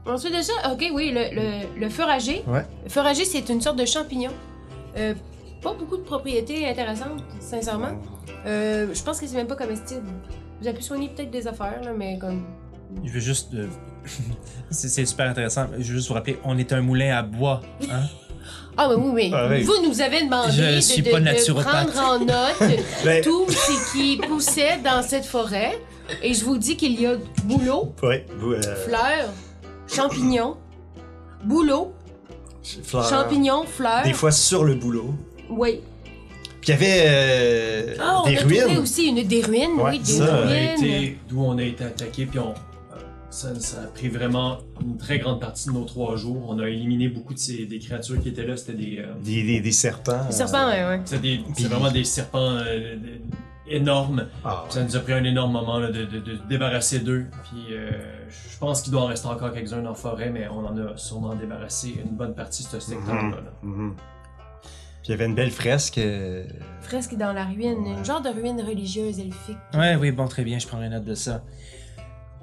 Ensuite de ça, OK, oui, le, le, le forager.
Ouais.
Le forager, c'est une sorte de champignon. Euh, pas beaucoup de propriétés intéressantes, sincèrement. Euh, je pense que c'est même pas comestible. Vous avez pu soigner peut-être des affaires, là, mais comme.
Je veux juste... euh, c'est c'est super intéressant. Je veux juste vous rappeler, on est un moulin à bois. hein?
Ah, mais oui, mais
Ah, oui.
vous nous avez demandé
Je
de,
suis
de-
pas
de
naturopathe.
prendre en note
Ben,
tout ce qui poussait dans cette forêt. Et je vous dis qu'il y a bouleau,
ouais, vous, euh,
fleurs, champignons, bouleau,
fleurs.
champignons, fleurs.
Des fois sur le boulot.
Oui.
Puis il y avait euh,
Ah, on
des
a trouvé
ruines.
aussi une, des ruines,
Ouais,
oui, des
ça,
On a
ruines.
été d'où on a été attaqué, puis on. euh, Ça, ça a pris vraiment une très grande partie de nos trois jours. On a éliminé beaucoup de ces, des créatures qui étaient là. C'était des, euh,
Des, des, des serpents.
Des serpents, hein, ouais, ouais.
c'était des-
Puis-
c'est vraiment des serpents euh, de- énormes.
Ah, ouais.
Ça nous a pris un énorme moment là, de, de- de se débarrasser d'eux. Puis euh, je pense qu'il doit en rester encore quelques-uns dans la forêt, mais on en a sûrement débarrassé une bonne partie de ce secteur-là. là.
Mhm. Puis il y avait une belle fresque. euh,
Fresque dans la ruine, une genre de ruine religieuse elfique.
Ouais, oui, bon, très bien, je prendrai note de ça.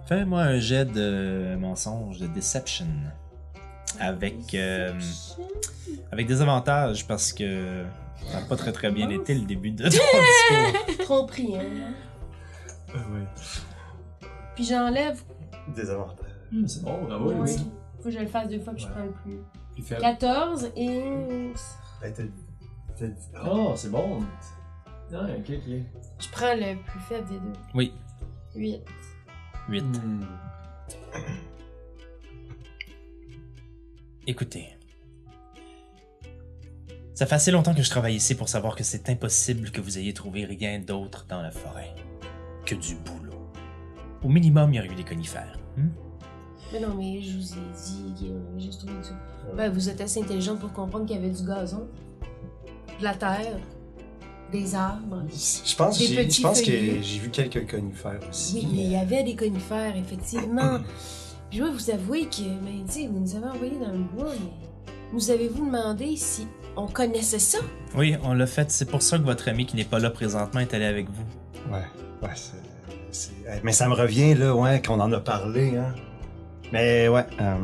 Fais-moi un jet de mensonge, de deception. Avec, euh, avec des avantages, parce que ça n'a pas très très bien été le début de ton discours.
Tromperie, hein.
Ah ouais.
Puis j'enlève.
Des avantages.
Hum, c'est bon, bravo,
Ouais.
Louis.
Faut que je le fasse deux fois, puis je prends le plus.
Plus faible.
14 et.
Ben, t'as- t'as-
Oh, c'est Ah, bon. Non, il y a un clic qui est.
Je prends le plus faible des deux.
Oui.
8.
8.
Hmm.
Écoutez. Ça fait assez longtemps que je travaille ici pour savoir que c'est impossible que vous ayez trouvé rien d'autre dans la forêt que du boulot. Au minimum, il y aurait eu des conifères. hmm?
Mais non, mais je vous ai dit qu'il y avait juste trouvé du... Ben, vous êtes assez intelligente pour comprendre qu'il y avait du gazon, de la terre, des arbres.
oh, Je pense,
Des
j'ai- je
petits
pense que
feuillus.
j'ai vu quelques conifères aussi.
Oui, mais il y avait des conifères, effectivement. Puis je dois vous avouer que, ben, tu sais, vous nous avez envoyés dans le bois, mais nous avez-vous demandé si on connaissait ça?
Oui, on l'a fait. C'est pour ça que votre ami qui n'est pas là présentement est allé avec vous.
Ouais, ouais, c'est- c'est. hey, Mais ça me revient, là, ouais, qu'on en a parlé, hein. Mais ouais. euh,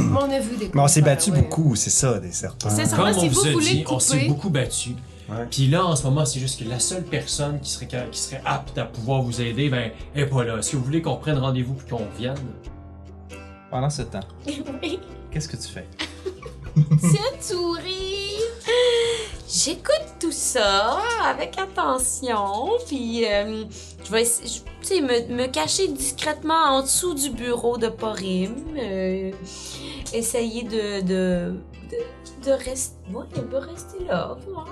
Mais on a vu des
Mais on s'est
conifères,
battu
Ben ouais.
beaucoup, hein. c'est ça, des serpents.
C'est ça.
Comme
si
on
vous
vous a
voulez
dit, on s'est
couper-
beaucoup battu.
Ouais.
Puis là, en ce moment, c'est juste que la seule personne qui serait, ca- qui serait apte à pouvoir vous aider, ben, elle est pas là. Si vous voulez qu'on prenne rendez-vous puis qu'on vienne,
Pendant ce temps,
Oui.
qu'est-ce que tu fais?
Tiens, souris. J'écoute tout ça avec attention, puis euh, je vais essa- je- tu sais, me, me cacher discrètement en dessous du bureau de Porim, euh, essayer de, de, de, de rester... Ouais, elle peut rester là, voir.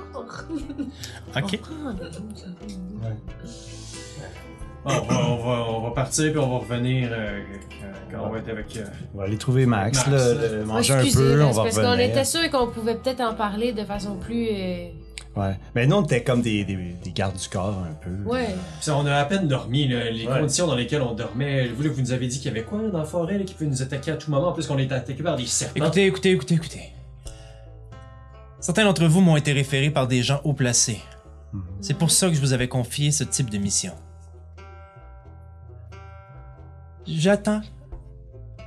Ok.
Bon, Ah, on, va, on, va, on va partir puis on va revenir euh, quand- quand on va être avec. euh,
On va aller trouver Max,
Max,
là,
là.
le-
Ah,
manger un
excusez,
peu,
là,
on
c'est
va
parce
revenir.
qu'on était sûr qu'on pouvait peut-être en parler de façon plus... euh,
Ouais. Mais nous, on était comme des, des, des gardes du corps, un peu.
Ouais.
Puis on a à peine dormi, là, les
Ouais.
conditions dans lesquelles on dormait. Vous, là, vous nous avez dit qu'il y avait quoi dans la forêt là, qui pouvait nous attaquer à tout moment, en plus qu'on est attaqué par des serpents.
Écoutez, écoutez, écoutez, écoutez. Certains d'entre vous m'ont été référés par des gens haut placés.
Mhm.
C'est pour ça que je vous avais confié ce type de mission. J'attends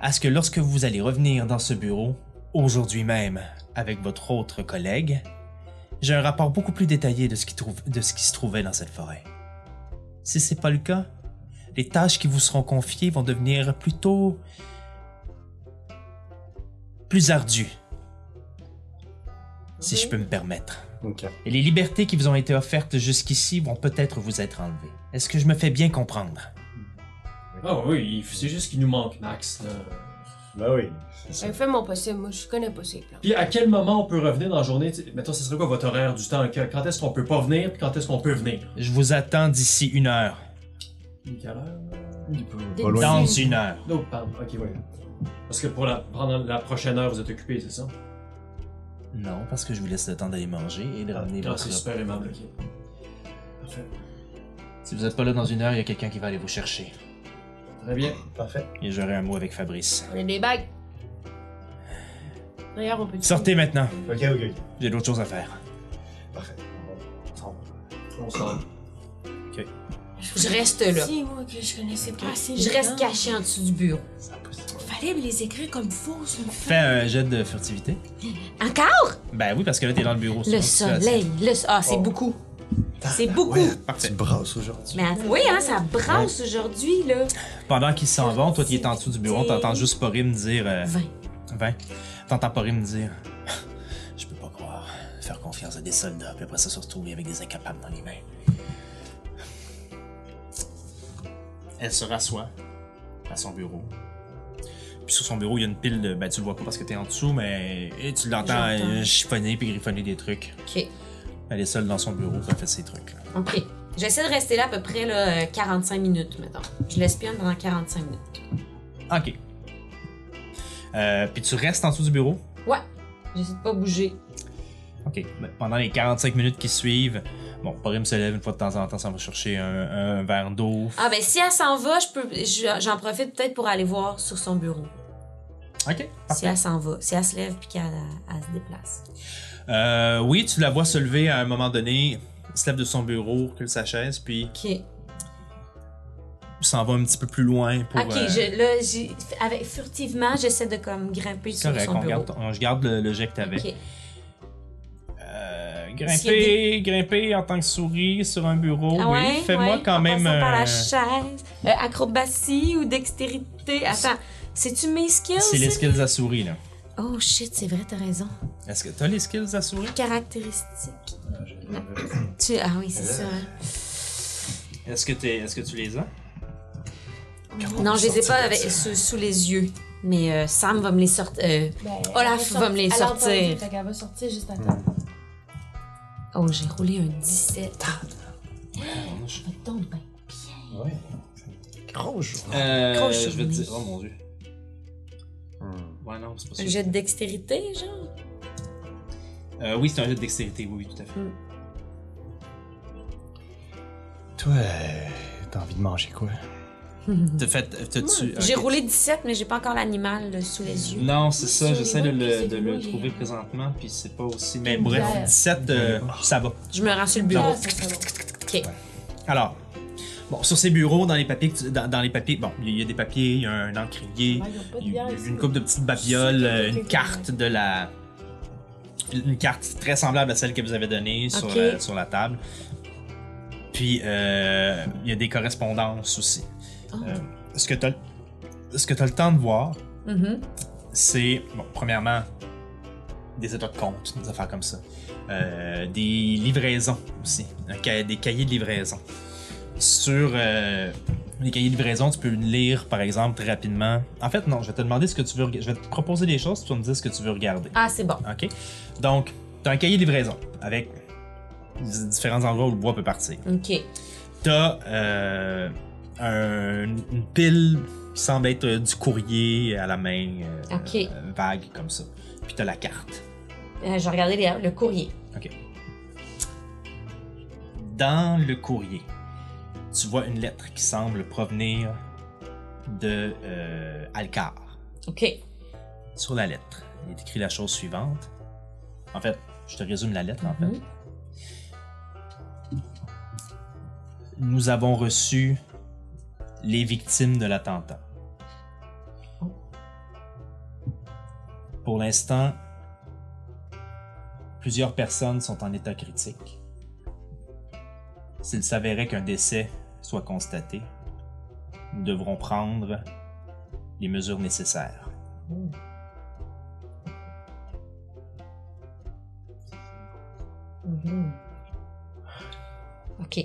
à ce que lorsque vous allez revenir dans ce bureau, aujourd'hui même, avec votre autre collègue, j'ai un rapport beaucoup plus détaillé de ce qui, trouve- de ce qui se trouvait dans cette forêt. Si c'est pas le cas, les tâches qui vous seront confiées vont devenir plutôt plus ardues, si je peux me permettre.
Ok.
Et les libertés qui vous ont été offertes jusqu'ici vont peut-être vous être enlevées. Est-ce que je me fais bien comprendre?
Ah oui, il- c'est juste qu'il nous manque Max. là.
Ben oui, c'est ça.
J'ai fait mon possible, moi, je connais pas ces plans.
Puis à quel moment on peut revenir dans la journée tu sais, Mettons, ce serait quoi votre horaire du temps Que- Quand est-ce qu'on peut pas venir puis quand est-ce qu'on peut venir
Je vous attends d'ici une heure.
Il est Quelle heure
Il peut-
Des
Pas loin.
Dans
petits-
une heure.
Non, pardon. Ok, ouais. Parce que pour la, pendant la prochaine heure, vous êtes occupé, c'est ça
Non, parce que je vous laisse le temps d'aller manger et de ramener
Ah,
votre
C'est
repas.
super aimable, ok. Parfait.
Si vous n'êtes pas là dans une heure, il y a quelqu'un qui va aller vous chercher.
Très bien.
Parfait.
Et j'aurai un mot avec Fabrice.
On a des bagues. D'ailleurs, on peut...
Sortez maintenant.
Ok, ok, ok.
J'ai d'autres choses à faire.
Parfait. On va-
On sort.
Je reste là. Ah,
Si, moi, que je connaissais pas assez
Je
les
reste
gens.
cachée en dessous du bureau.
C'est impossible.
Fallait me les écrire comme faux, c'est une
Fais un jet de furtivité.
Encore?
Ben oui, parce que là, t'es dans le bureau. c'est
Le
une situation.
soleil. Le... so- Ah, c'est
Oh.
beaucoup. C'est beaucoup.
Ouais,
Parfait.
tu brasses aujourd'hui.
Mais att- oui, hein, ça brasse aujourd'hui, là.
Pendant qu'ils s'en vont, toi qui es en dessous du bureau, t'entends juste Porim dire. euh,
20.
20. T'entends Porim me dire Je peux pas croire. Faire confiance à des soldats, puis après ça se retrouver avec des incapables dans les mains. Elle se rassoit à son bureau. Puis sur son bureau, il y a une pile de. Ben, tu le vois pas parce que t'es en dessous, mais et tu l'entends
J'entends.
euh, chiffonner puis griffonner des trucs.
OK.
Elle est seule dans son bureau, puis elle fait ses trucs. là.
OK. J'essaie de rester là à peu près là, euh, 45 minutes, mettons. Je l'espionne pendant 45 minutes.
Ok. Euh, puis tu restes en dessous du bureau.
Ouais. J'essaie de pas bouger.
OK. Ben, Pendant les 45 minutes qui suivent, bon, Porim se lève une fois de temps en temps, s'en va chercher un, un verre d'eau.
Ah ben si elle s'en va, je peux je- j'en profite peut-être pour aller voir sur son bureau.
OK.
Si elle s'en va, si elle se lève puis qu'elle elle se déplace.
Euh, oui, tu la vois se lever à un moment donné, se lève de son bureau, recule sa chaise, puis
OK.
s'en va un petit peu plus loin pour...
OK,
euh,
je, là j'ai avec furtivement, j'essaie de comme grimper sur
Correct,
son
on
bureau.
garde, on- je garde le, le jet que t'avais.
OK.
Euh,
S'il
grimper,
y
grimper en tant que souris sur un bureau,
Ah ouais,
oui. Fais-moi
ouais,
quand
en
même...
passant par
euh,
la chaise, Euh, acrobatie ou dextérité. Attends, c'est-tu mes skills?
c'est les
ça?
skills à souris, là.
Oh shit, c'est vrai, t'as raison.
Est-ce que t'as les skills à souris?
Caractéristiques.
Ah, j'ai-
J'avais raison.
Tu... Ah oui, c'est ça. hein.
Est-ce que, t'es- est-ce que tu les as?
Non, je les ai pas avec, sous, sous les yeux. Mais euh, Sam va me les sortir. euh,
Ben,
Olaf
elle
va me
sorti- elle
les
a
sortir.
entendu, Fait qu'elle va sortir juste à temps.
Oh, j'ai roulé un 17. Ah, je me tombe bien.
Ouais.
Gros jour.
Euh, je
Grosse
vais te
journée.
dire. Oh mon dieu. Ouais, non, c'est pas ça.
Un jet de dextérité, genre?
Euh, oui, c'est un jeu de dextérité, oui, oui, tout à fait.
Toi, euh, t'as envie de manger quoi?
Mhm.
T'as fait. T'as-tu.
J'ai
ok.
roulé 17, mais j'ai pas encore l'animal là, sous les yeux.
Non, c'est ça,
sur
j'essaie de
les
le,
routes,
de
c'est
le
gros,
trouver
il-
présentement, puis c'est pas aussi. Mais
une
Ben, bref,
bière.
17, euh, ça va.
Je me rends sur le bureau.
Ah, ça, c'est bon.
Alors, bon, sur ces bureaux, dans les papiers, que tu- dans, dans les papiers, bon, il y a- il y a des papiers, il y a un
Ouais, ils ont
encrier,
pas de
il y a
bière
il y a
ici.
une coupe de petites
Je
babioles,
sais que
euh,
quelqu'un
une carte de la, une carte très semblable à celle que vous avez donnée sur,
Ok.
la, sur la table. Puis euh, il y a des correspondances aussi.
Ah.
Euh, ce que t'as, ce que t'as le temps de voir,
Mhm.
c'est, bon, premièrement, des états de compte, des affaires comme ça. Euh, des livraisons aussi, Un ca- des cahiers de livraison. Sur euh, les cahiers de livraison, tu peux lire, par exemple, très rapidement. En fait, non, je vais te demander ce que tu veux. rega- Je vais te proposer des choses, tu vas me dire ce que tu veux regarder.
Ah, c'est bon.
OK? Donc, tu as un cahier de livraison avec d- différents endroits où le bois peut partir.
Ok.
T'as euh, un- une pile qui semble être euh, du courrier à la main, euh,
Ok.
euh, vague comme ça. Puis t'as la carte.
Euh, je regardais les- le courrier.
Dans le courrier, tu vois une lettre qui semble provenir de euh, Alcar.
Ok.
Sur la lettre, il est écrit la chose suivante. En fait, je te résume la lettre, en fait.
Mhm.
Nous avons reçu les victimes de l'attentat. Pour l'instant, plusieurs personnes sont en état critique. S'il s'avérait qu'un décès soit constaté, nous devrons prendre les mesures nécessaires.
Mhm. Ok.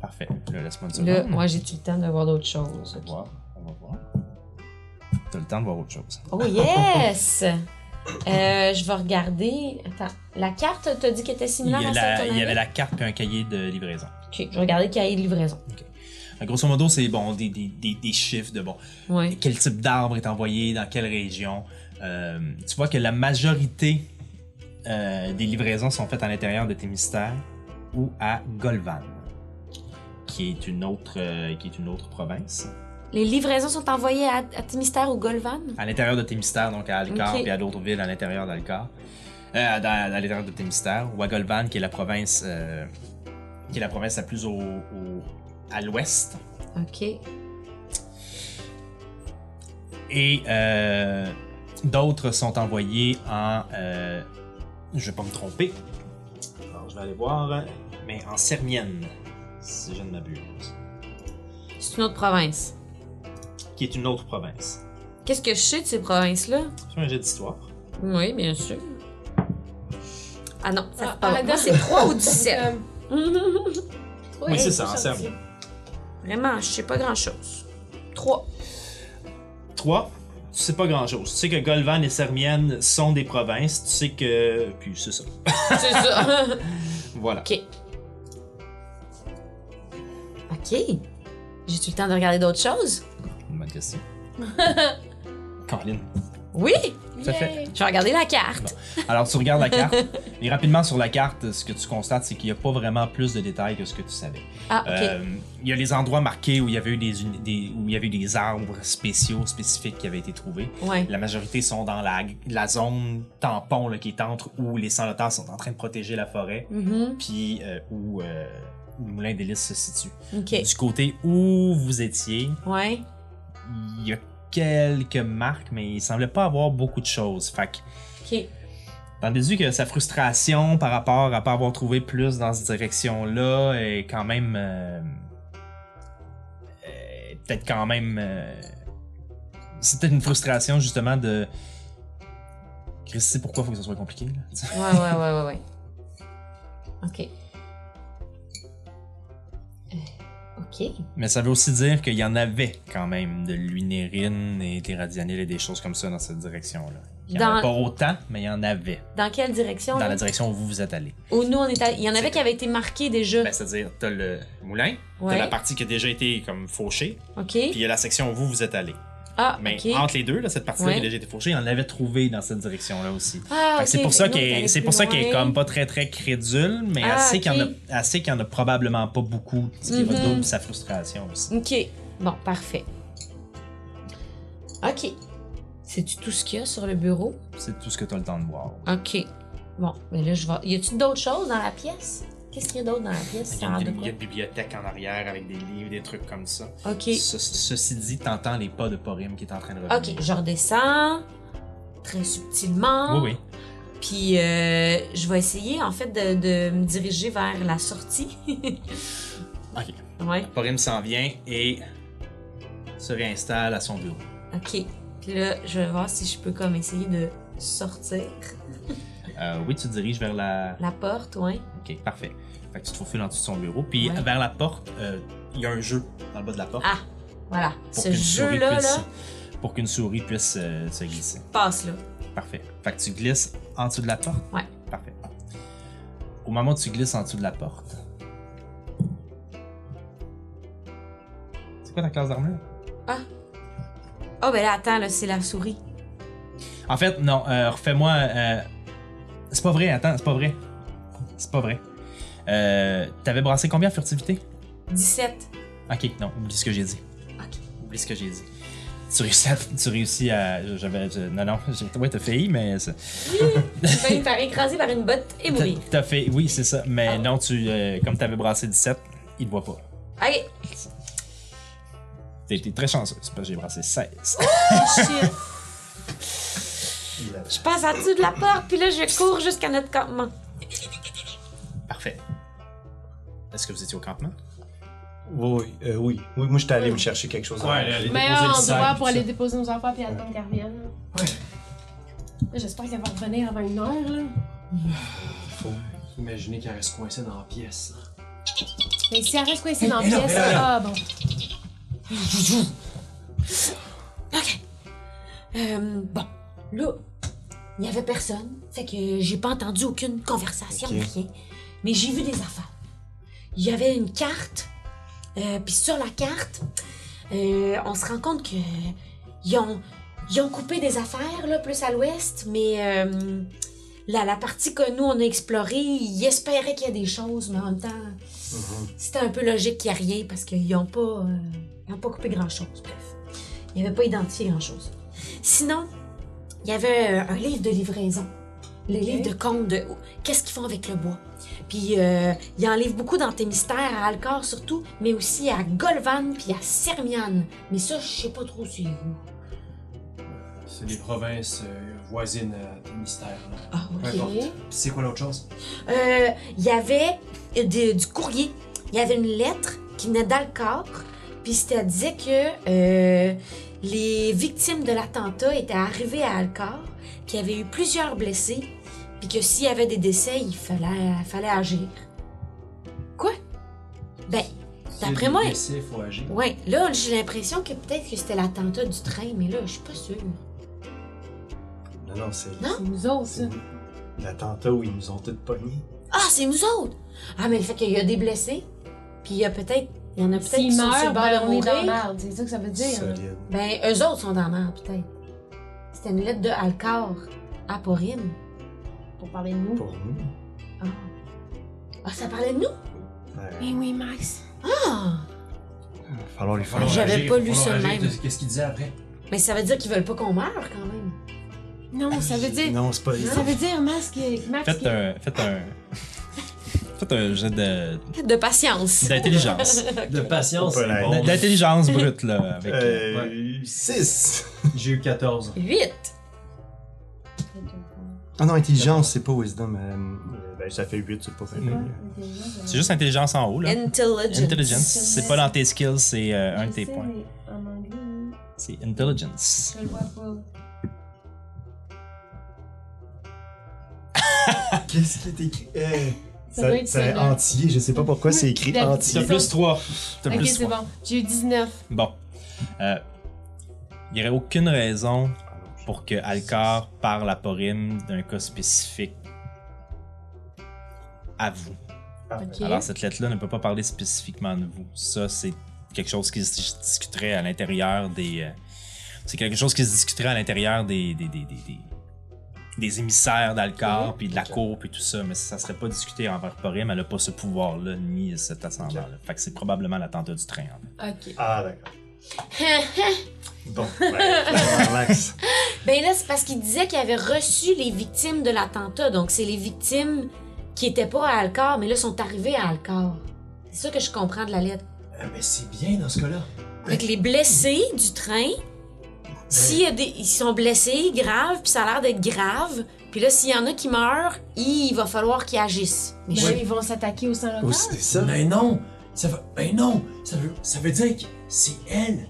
Parfait. Là, laisse-moi une
Là,
seconde.
moi, j'ai-tu le temps de voir d'autres
On
choses?
va voir. On va voir. T'as le temps de voir autre chose.
Oh yes! Euh, je vais regarder. Attends, la carte, t'as dit qu'elle était
Il y,
similaire
a
à
la-
celle qu'on
il y
avait?
avait la carte et un cahier de livraison.
Ok, je vais regarder le cahier de livraison.
Euh, Grosso modo, c'est bon, des, des- des- des chiffres de bon.
Ouais.
Quel type d'arbre est envoyé, dans quelle région. Euh, tu vois que la majorité euh, des livraisons sont faites à l'intérieur de Témistère ou à Golvan, qui est une autre, euh, qui est une autre province.
Les livraisons sont envoyées à, à Timistère ou Golvan?
À l'intérieur de Témistère, donc à Alcar,
Ok.
puis à d'autres villes à l'intérieur d'Alcar. Euh, dans- à l'intérieur de Témistère, ou à Golvan, qui est la province, euh, qui est la province la plus au, au- à l'ouest.
Ok.
Et euh, d'autres sont envoyés en. euh, je vais pas me tromper. Alors, je vais aller voir. Mais en Sermienne, si je ne m'abuse.
C'est une autre province.
Qui est une autre province.
Qu'est-ce que je sais de ces provinces-là?
C'est un jeu d'histoire.
Oui, bien sûr. Ah non, ça
Ah,
fait pas
ah,
bon.
la
Moi, c'est 3 ou 17.
Euh,
Comme-
Oui, c'est ça, en
gentil.
Serbie.
Vraiment, je sais pas grand-chose. 3.
3. Tu sais pas grand chose. Tu sais que Golvan et Sermienne sont des provinces. Tu sais que. Puis c'est ça.
C'est ça.
Voilà.
OK. OK. J'ai-tu le temps de regarder d'autres choses?
Une bonne question. Caroline.
Oui!
Ça fait.
Je vais regarder la carte.
Alors tu regardes la carte. et rapidement sur la carte, ce que tu constates, c'est qu'il n'y a pas vraiment plus de détails que ce que tu savais.
Ah, OK.
Euh, il y a les endroits marqués où il y avait eu des, uni- des- où il y avait eu des arbres spéciaux, spécifiques qui avaient été trouvés.
ouais.
La majorité sont dans la, la zone tampon là, qui est entre où les sans sont en train de protéger la forêt,
Mhm.
puis euh, où euh, où le moulin d'hélice se situe.
OK.
Du côté où vous étiez,
Ouais.
il y a quelques marques, mais il semblait pas avoir beaucoup de choses. Fait que
OK.
T'en déduis que sa frustration par rapport à pas avoir trouvé plus dans cette direction-là est quand même. euh, euh, peut-être quand même. euh, c'est peut-être une frustration justement de. Chris, c'est pourquoi faut que ça soit compliqué là.
Ouais, ouais, ouais, ouais, ouais. OK. Euh, OK.
Mais ça veut aussi dire qu'il y en avait quand même de l'unérine et des radianyles et des choses comme ça dans cette direction-là. Il n'y en
Dans-
avait pas autant, mais il y en avait.
Dans quelle direction?
Dans
là?
la direction où vous vous êtes allé.
Où nous, on est allé- Il y en avait qui avaient été marqués déjà.
Ben, C'est-à-dire, t'as le moulin, t'as
ouais.
la partie qui a déjà été comme fauchée,
OK.
puis il y a la section où vous vous êtes allé.
ah,
Mais
OK.
entre les deux, là, cette partie-là
Ouais.
qui a déjà été fauchée, il en avait trouvé dans cette direction-là aussi.
Ah,
Fait que
OK.
C'est pour ça
Nous, on est
qu'elle
allé
c'est
plus
pour ça qu'elle est
loin.
comme pas très très crédule, mais
Ah,
elle sait qu'il y en a
ok.
elle sait qu'il y en a probablement pas beaucoup, ce qui
Mhm.
redouble sa frustration aussi.
OK. Bon, parfait. OK. C'est-tu tout ce qu'il y a sur le bureau?
C'est tout ce que tu as le temps de voir.
OK. Bon, mais là, je vais. Y a-tu d'autres choses dans la pièce? Qu'est-ce qu'il y a d'autre dans la pièce? Ça a l'air de quoi?
bibliothèque en arrière avec des livres, des trucs comme ça.
OK.
Ce- ceci dit, t'entends les pas de Porim qui est en train de revenir.
OK, je redescends. Très subtilement.
Oui, oui.
Puis euh, je vais essayer, en fait, de, de me diriger vers la sortie.
OK.
ouais,
Porim s'en vient et se réinstalle à son bureau.
OK. Puis là, je vais voir si je peux comme essayer de sortir
Euh, oui, tu te diriges vers la...
la porte, ouais.
Ok, parfait. Fait que tu te faufiles en dessous de son bureau. Puis
Ouais.
vers la porte, euh, il y a un jeu dans le bas de la porte.
Ah, Voilà.
pour
Ce
qu'une souris
jeu-là,
puisse-
là,
Pour qu'une souris puisse euh, se glisser.
passe là.
Parfait. Fait que tu glisses en dessous de la porte?
Ouais.
Parfait. Au moment où tu glisses en dessous de la porte. C'est quoi ta classe d'armure?
Oh, ben là, attends, là, c'est la souris.
En fait, non, euh, refais-moi. euh, C'est pas vrai, attends, c'est pas vrai. C'est pas vrai. Euh, T'avais brassé combien en furtivité?
17.
Ok, non, oublie ce que j'ai dit.
Ok.
Oublie ce que j'ai dit. Tu réussis à. Tu réussis à j'avais, je- non, non, j'ai- ouais, t'as failli, mais. c'est-
Je vais me faire écraser par une botte et mourir.
T'as t'as fait. Oui, c'est ça. Mais
Ah.
non, tu. euh, comme t'avais brassé 17, il te voit pas.
Ok.
T'as été très chanceux, c'est parce que j'ai brassé 16.
Oh!
Shit.
Je passe en dessous de la porte, puis là, je cours jusqu'à notre campement.
Parfait. Est-ce que vous étiez au campement?
Oui, oui, euh, oui. Oui, moi, j'étais allé me chercher quelque chose.
Ouais, là, les
Meilleur
déposer le
endroit
sac,
pour
tout
aller déposer nos enfants puis attendre qu'elle revienne.
Ouais.
Là, J'espère qu'elle va revenir avant une heure, là.
ça. Faut imaginer qu'elle reste coincée dans la pièce.
Mais si elle reste coincée dans la
Mais non,
pièce,
mais non, mais non.
ah bon.
Euh, bon, là, il n'y avait personne. Fait que j'ai pas entendu aucune conversation,
Ok.
rien. Mais j'ai vu des affaires. Il y avait une carte. euh, Puis sur la carte, euh, on se rend compte que ils ont, ils ont coupé des affaires, là, plus à l'ouest. Mais euh, la, la partie que nous, on a explorée, ils espéraient qu'il y a des choses. Mais en même temps, c'était un peu logique qu'il n'y a rien parce qu'ils n'ont pas, euh, ils ont pas coupé grand-chose. Bref, ils n'avaient pas identifié grand-chose. Sinon, il y avait euh, un livre de livraison. Les livres de comptes de qu'est-ce qu'ils font avec le bois. Puis euh, il en livre beaucoup dans tes mystères, à Alcor surtout, mais aussi à Golvan puis à Sermiane. Mais ça, je sais pas trop c'est où.
C'est des provinces euh, voisines à tes mystères. là.
Ah,
Peu
ok.
importe. Puis c'est quoi l'autre chose?
Euh, Il y avait de- du courrier. Il y avait une lettre qui venait d'Alcor, puis c'était disait que euh, les victimes de l'attentat étaient arrivées à Alcor, puis il y avait eu plusieurs blessés, puis que s'il y avait des décès, il fallait, fallait agir. Quoi? Ben, D'après moi-
Il faut agir.
ouais, là, j'ai l'impression que peut-être que c'était l'attentat du train, mais là, je suis pas sûre.
Non, non, c'est
Non?
C'est nous autres, ça.
c'est l'attentat où ils nous ont tous pognés.
Ah, c'est nous autres! Ah, mais le fait qu'il y a des blessés, puis il y a peut-être. Il y en a peut-être qui
S'ils
sont sur
meurent,
le bord
ben,
de
on est dans la
mourir.
merde. C'est ça que ça veut dire. là.
Solide.
Ben, eux autres sont dans la merde, peut-être. C'était une lettre de Alcor à Porine.
Pour parler de nous.
Pour nous.
Ah. Ah, ça parlait de nous? Ben
Mais oui, Max.
Ah!
Il Euh, va falloir les faire.
Faut
J'avais
agir,
pas
faut
lu ça
agir.
de même.
Qu'est-ce qu'il disait après?
Mais ça veut dire qu'ils veulent pas qu'on meure, quand même.
Non, ça veut dire.
Non, c'est pas.
Ça veut dire, Max, que. Max
Faites
que-
un. Faites un. faites un jet de-
De patience.
d'intelligence.
De patience,
On peut
c'est
l'aider.
Oh.
bon.
D'intelligence brute, là. Avec, euh,
Euh. 6
J'ai eu 14.
8.
Ah non, intelligence, c'est pas wisdom. euh, ben, ça fait 8, c'est pas fait.
C'est juste intelligence en haut, là.
Intelligence.
Intelligence. C'est pas dans tes skills, c'est euh, un de
Je
tes
sais,
points.
mais En anglais, oui,
C'est intelligence.
je le vois pas.
Ah, Qu'est-ce qui est écrit Euh,
Ça doit
Ça,
être
ça est
ça, là.
entier, je sais pas pourquoi c'est écrit
D'habitude.
T'as
entier.
plus 3. T'as
Ok,
plus
c'est
3.
bon. J'ai eu 19.
Bon. Euh, Il n'y aurait aucune raison pour que Alcar parle à Porim d'un cas spécifique à vous.
Ok.
Alors, cette lettre-là ne peut pas parler spécifiquement de vous. Ça, c'est quelque chose qui se dis- discuterait à l'intérieur des. euh, c'est quelque chose qui se discuterait à l'intérieur des. des, des, des, des- des émissaires d'Alcar, puis de la cour, puis tout ça, mais ça serait pas discuté envers Porim, elle a pas ce pouvoir-là, ni cet ascendant-là. Fait que c'est probablement l'attentat du train. en fait.
Ok.
Ah, d'accord.
Bon, ben, relax.
Ben là, c'est parce qu'il disait qu'il avait reçu les victimes de l'attentat. Donc, c'est les victimes qui étaient pas à Alcor, mais là, sont arrivées à Alcor. C'est ça que je comprends de la lettre.
Ah, mais c'est bien dans ce cas-là.
Fait que les blessés du train, s'il y a des, ils sont blessés, graves, puis ça a l'air d'être grave, puis là, s'il y en a qui meurent, il va falloir qu'ils agississent. Mais
Ben,
je-
ils vont s'attaquer au Saint-Laurent.
Oh, c'était ça.
Mais non! Ça veut, mais non! Ça veut, ça veut dire que c'est elle!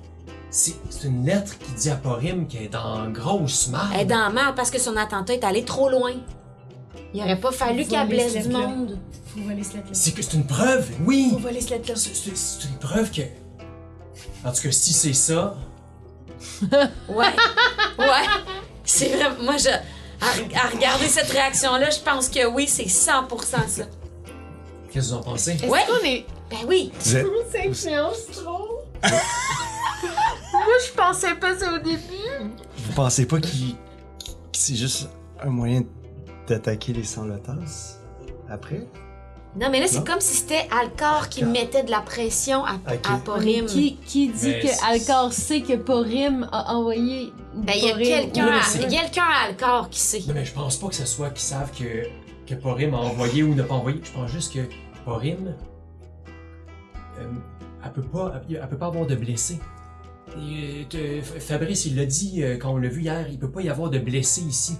C'est c'est une lettre qui dit à Porim qu'elle est dans grosse marde.
Elle est dans la merde parce que son attentat est allé trop loin. Il aurait pas fallu
Faut
qu'elle
les
blesse du
laisser là.
monde.
Faut voler cette lettre-là.
C'est que c'est une preuve, oui!
Faut voler cette lettre-là.
C'est- C'est c'est une preuve que. En tout cas, si c'est ça,
Ouais. ouais. C'est vrai. Moi, je. À, à regarder cette réaction-là, je pense que oui, c'est 100% ça.
qu'est-ce que vous en pensez?
Est-ce
Ouais.
qu'on est.
Ben oui.
Vous êtes-
On s'influence trop. Moi, je pensais pas ça au début.
Vous pensez pas qu'il. que c'est juste un moyen d'attaquer les sans-lotas après?
Non, mais là,
Non.
c'est comme si c'était Alcor qui
Alcor.
mettait de la pression à,
Ok.
à Porim.
Qui, qui dit
Mais
que
c'est-
Alcor sait que Porim a envoyé.
Ben, il y a
Porim-
quelqu'un
Oui, mais
à,
c'est-
il y a quelqu'un à Alcor qui sait.
Non, mais Ben, je pense pas que ce soit qu'ils savent que, que Porim a envoyé ou n'a pas envoyé. Je pense juste que Porim. euh, elle, peut pas, elle peut pas avoir de blessés. Et, euh, F- Fabrice, il l'a dit euh, quand on l'a vu hier, il peut pas y avoir de blessés ici.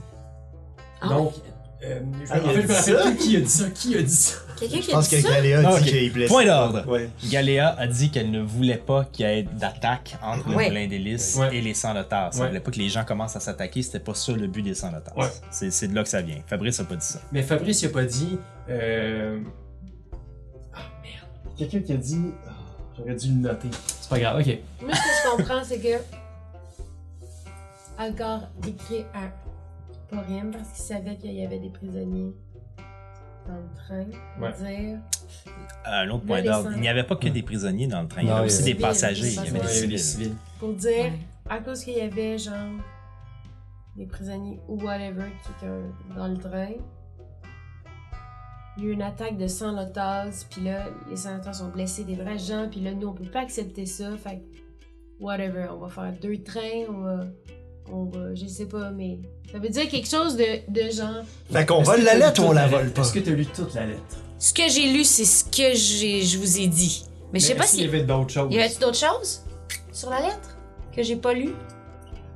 Ah
Donc. euh, je,
Ah,
me-
il
en
a
fait, je
dit
me rappelle
ça?
plus qui a dit ça. Qui a dit ça?
Quelqu'un
Je
qui a
pense
dit
que
ça?
Galéa
Ah,
dit
ok.
qu'il blessait.
Point d'ordre.
Ouais.
Galéa a dit qu'elle ne voulait pas qu'il y ait d'attaque entre le
Ouais.
blindé lisse
Ouais.
et les sans-lotards. Elle
Ouais.
voulait pas que les gens commencent à s'attaquer, c'était pas ça le but des sans-lotards.
Ouais.
C'est c'est de là que ça vient. Fabrice a pas dit ça.
Mais Fabrice, il a pas dit. euh, Ah merde. Quelqu'un qui a dit. Ah, J'aurais dû le noter. C'est pas grave, ok.
Moi, ce que je comprends, c'est que. Algar écrit à Porim parce qu'il savait qu'il y avait des prisonniers dans le train. pour
Ouais.
Dire.
Un autre
Là,
point
les
d'ordre,
sans-
il n'y avait pas que des prisonniers dans le train, Hmm. il y
Non,
avait
il y
aussi
avait-
des passagers, il y avait des
Ouais, il y
a des
civils.
civils.
Pour dire.
Ouais.
À cause qu'il y avait, genre, des prisonniers ou whatever qui étaient dans le train, il y a eu une attaque de 100 lotas, puis là, les sénateurs sont blessés, des vrais gens, puis là, nous, on peut pas accepter ça, fait que whatever, on va faire deux trains, on va. On va je sais pas, mais. Ça veut dire quelque chose de, de genre.
Fait qu'on
Est-ce que
vole la
t'as
lettre ou
lu
on
toute
la vole
lettre?
pas?
Est-ce que t'as lu toute la lettre?
Ce que j'ai lu, c'est ce que j'ai- je vous ai dit. Mais je sais pas
est-ce qu'il
si.
y avait d'autres choses.
Y avait-tu d'autres choses sur la lettre que j'ai pas lu?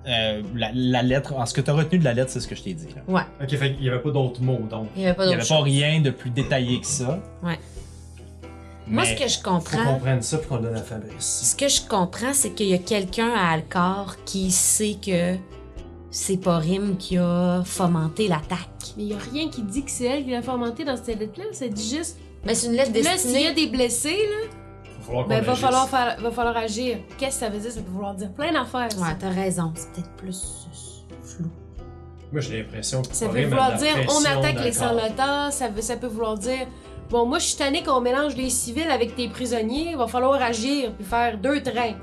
Euh, la, la lettre, en ce que tu as retenu de la lettre, c'est ce que je t'ai dit. là.
Ok, fait qu'il y avait pas d'autres mots donc.
Il y avait pas
Il n'y
d'autres
avait
choses.
pas rien de plus détaillé que ça.
Ouais.
Mais
Moi, ce que je
Faut
comprends,
qu'on prenne ça puis qu'on le donne à Fabrice.
Ce que je comprends, c'est qu'il y a quelqu'un à Alcor qui sait que c'est Porim qui a fomenté l'attaque.
Mais il y a rien qui dit que c'est elle qui l'a fomenté dans cette lettre-là, ça dit juste.
Mais c'est une lettre
Là, s'il y a
destinée.
des blessés, là,
Faut falloir qu'on
ben, va
agisse.
falloir, faire- va falloir agir. Qu'est-ce que ça veut dire? Ça peut vouloir dire plein d'affaires. ça.
Ouais, t'as raison. C'est peut-être plus euh, flou.
Moi j'ai l'impression que
Ça
Porim
veut
a de
vouloir
la
dire on
pression
attaque les
dans le corps.
sans-lotas, ça, veut- ça peut vouloir dire bon, moi je suis tannée qu'on mélange les civils avec tes prisonniers, il va falloir agir puis faire deux trains.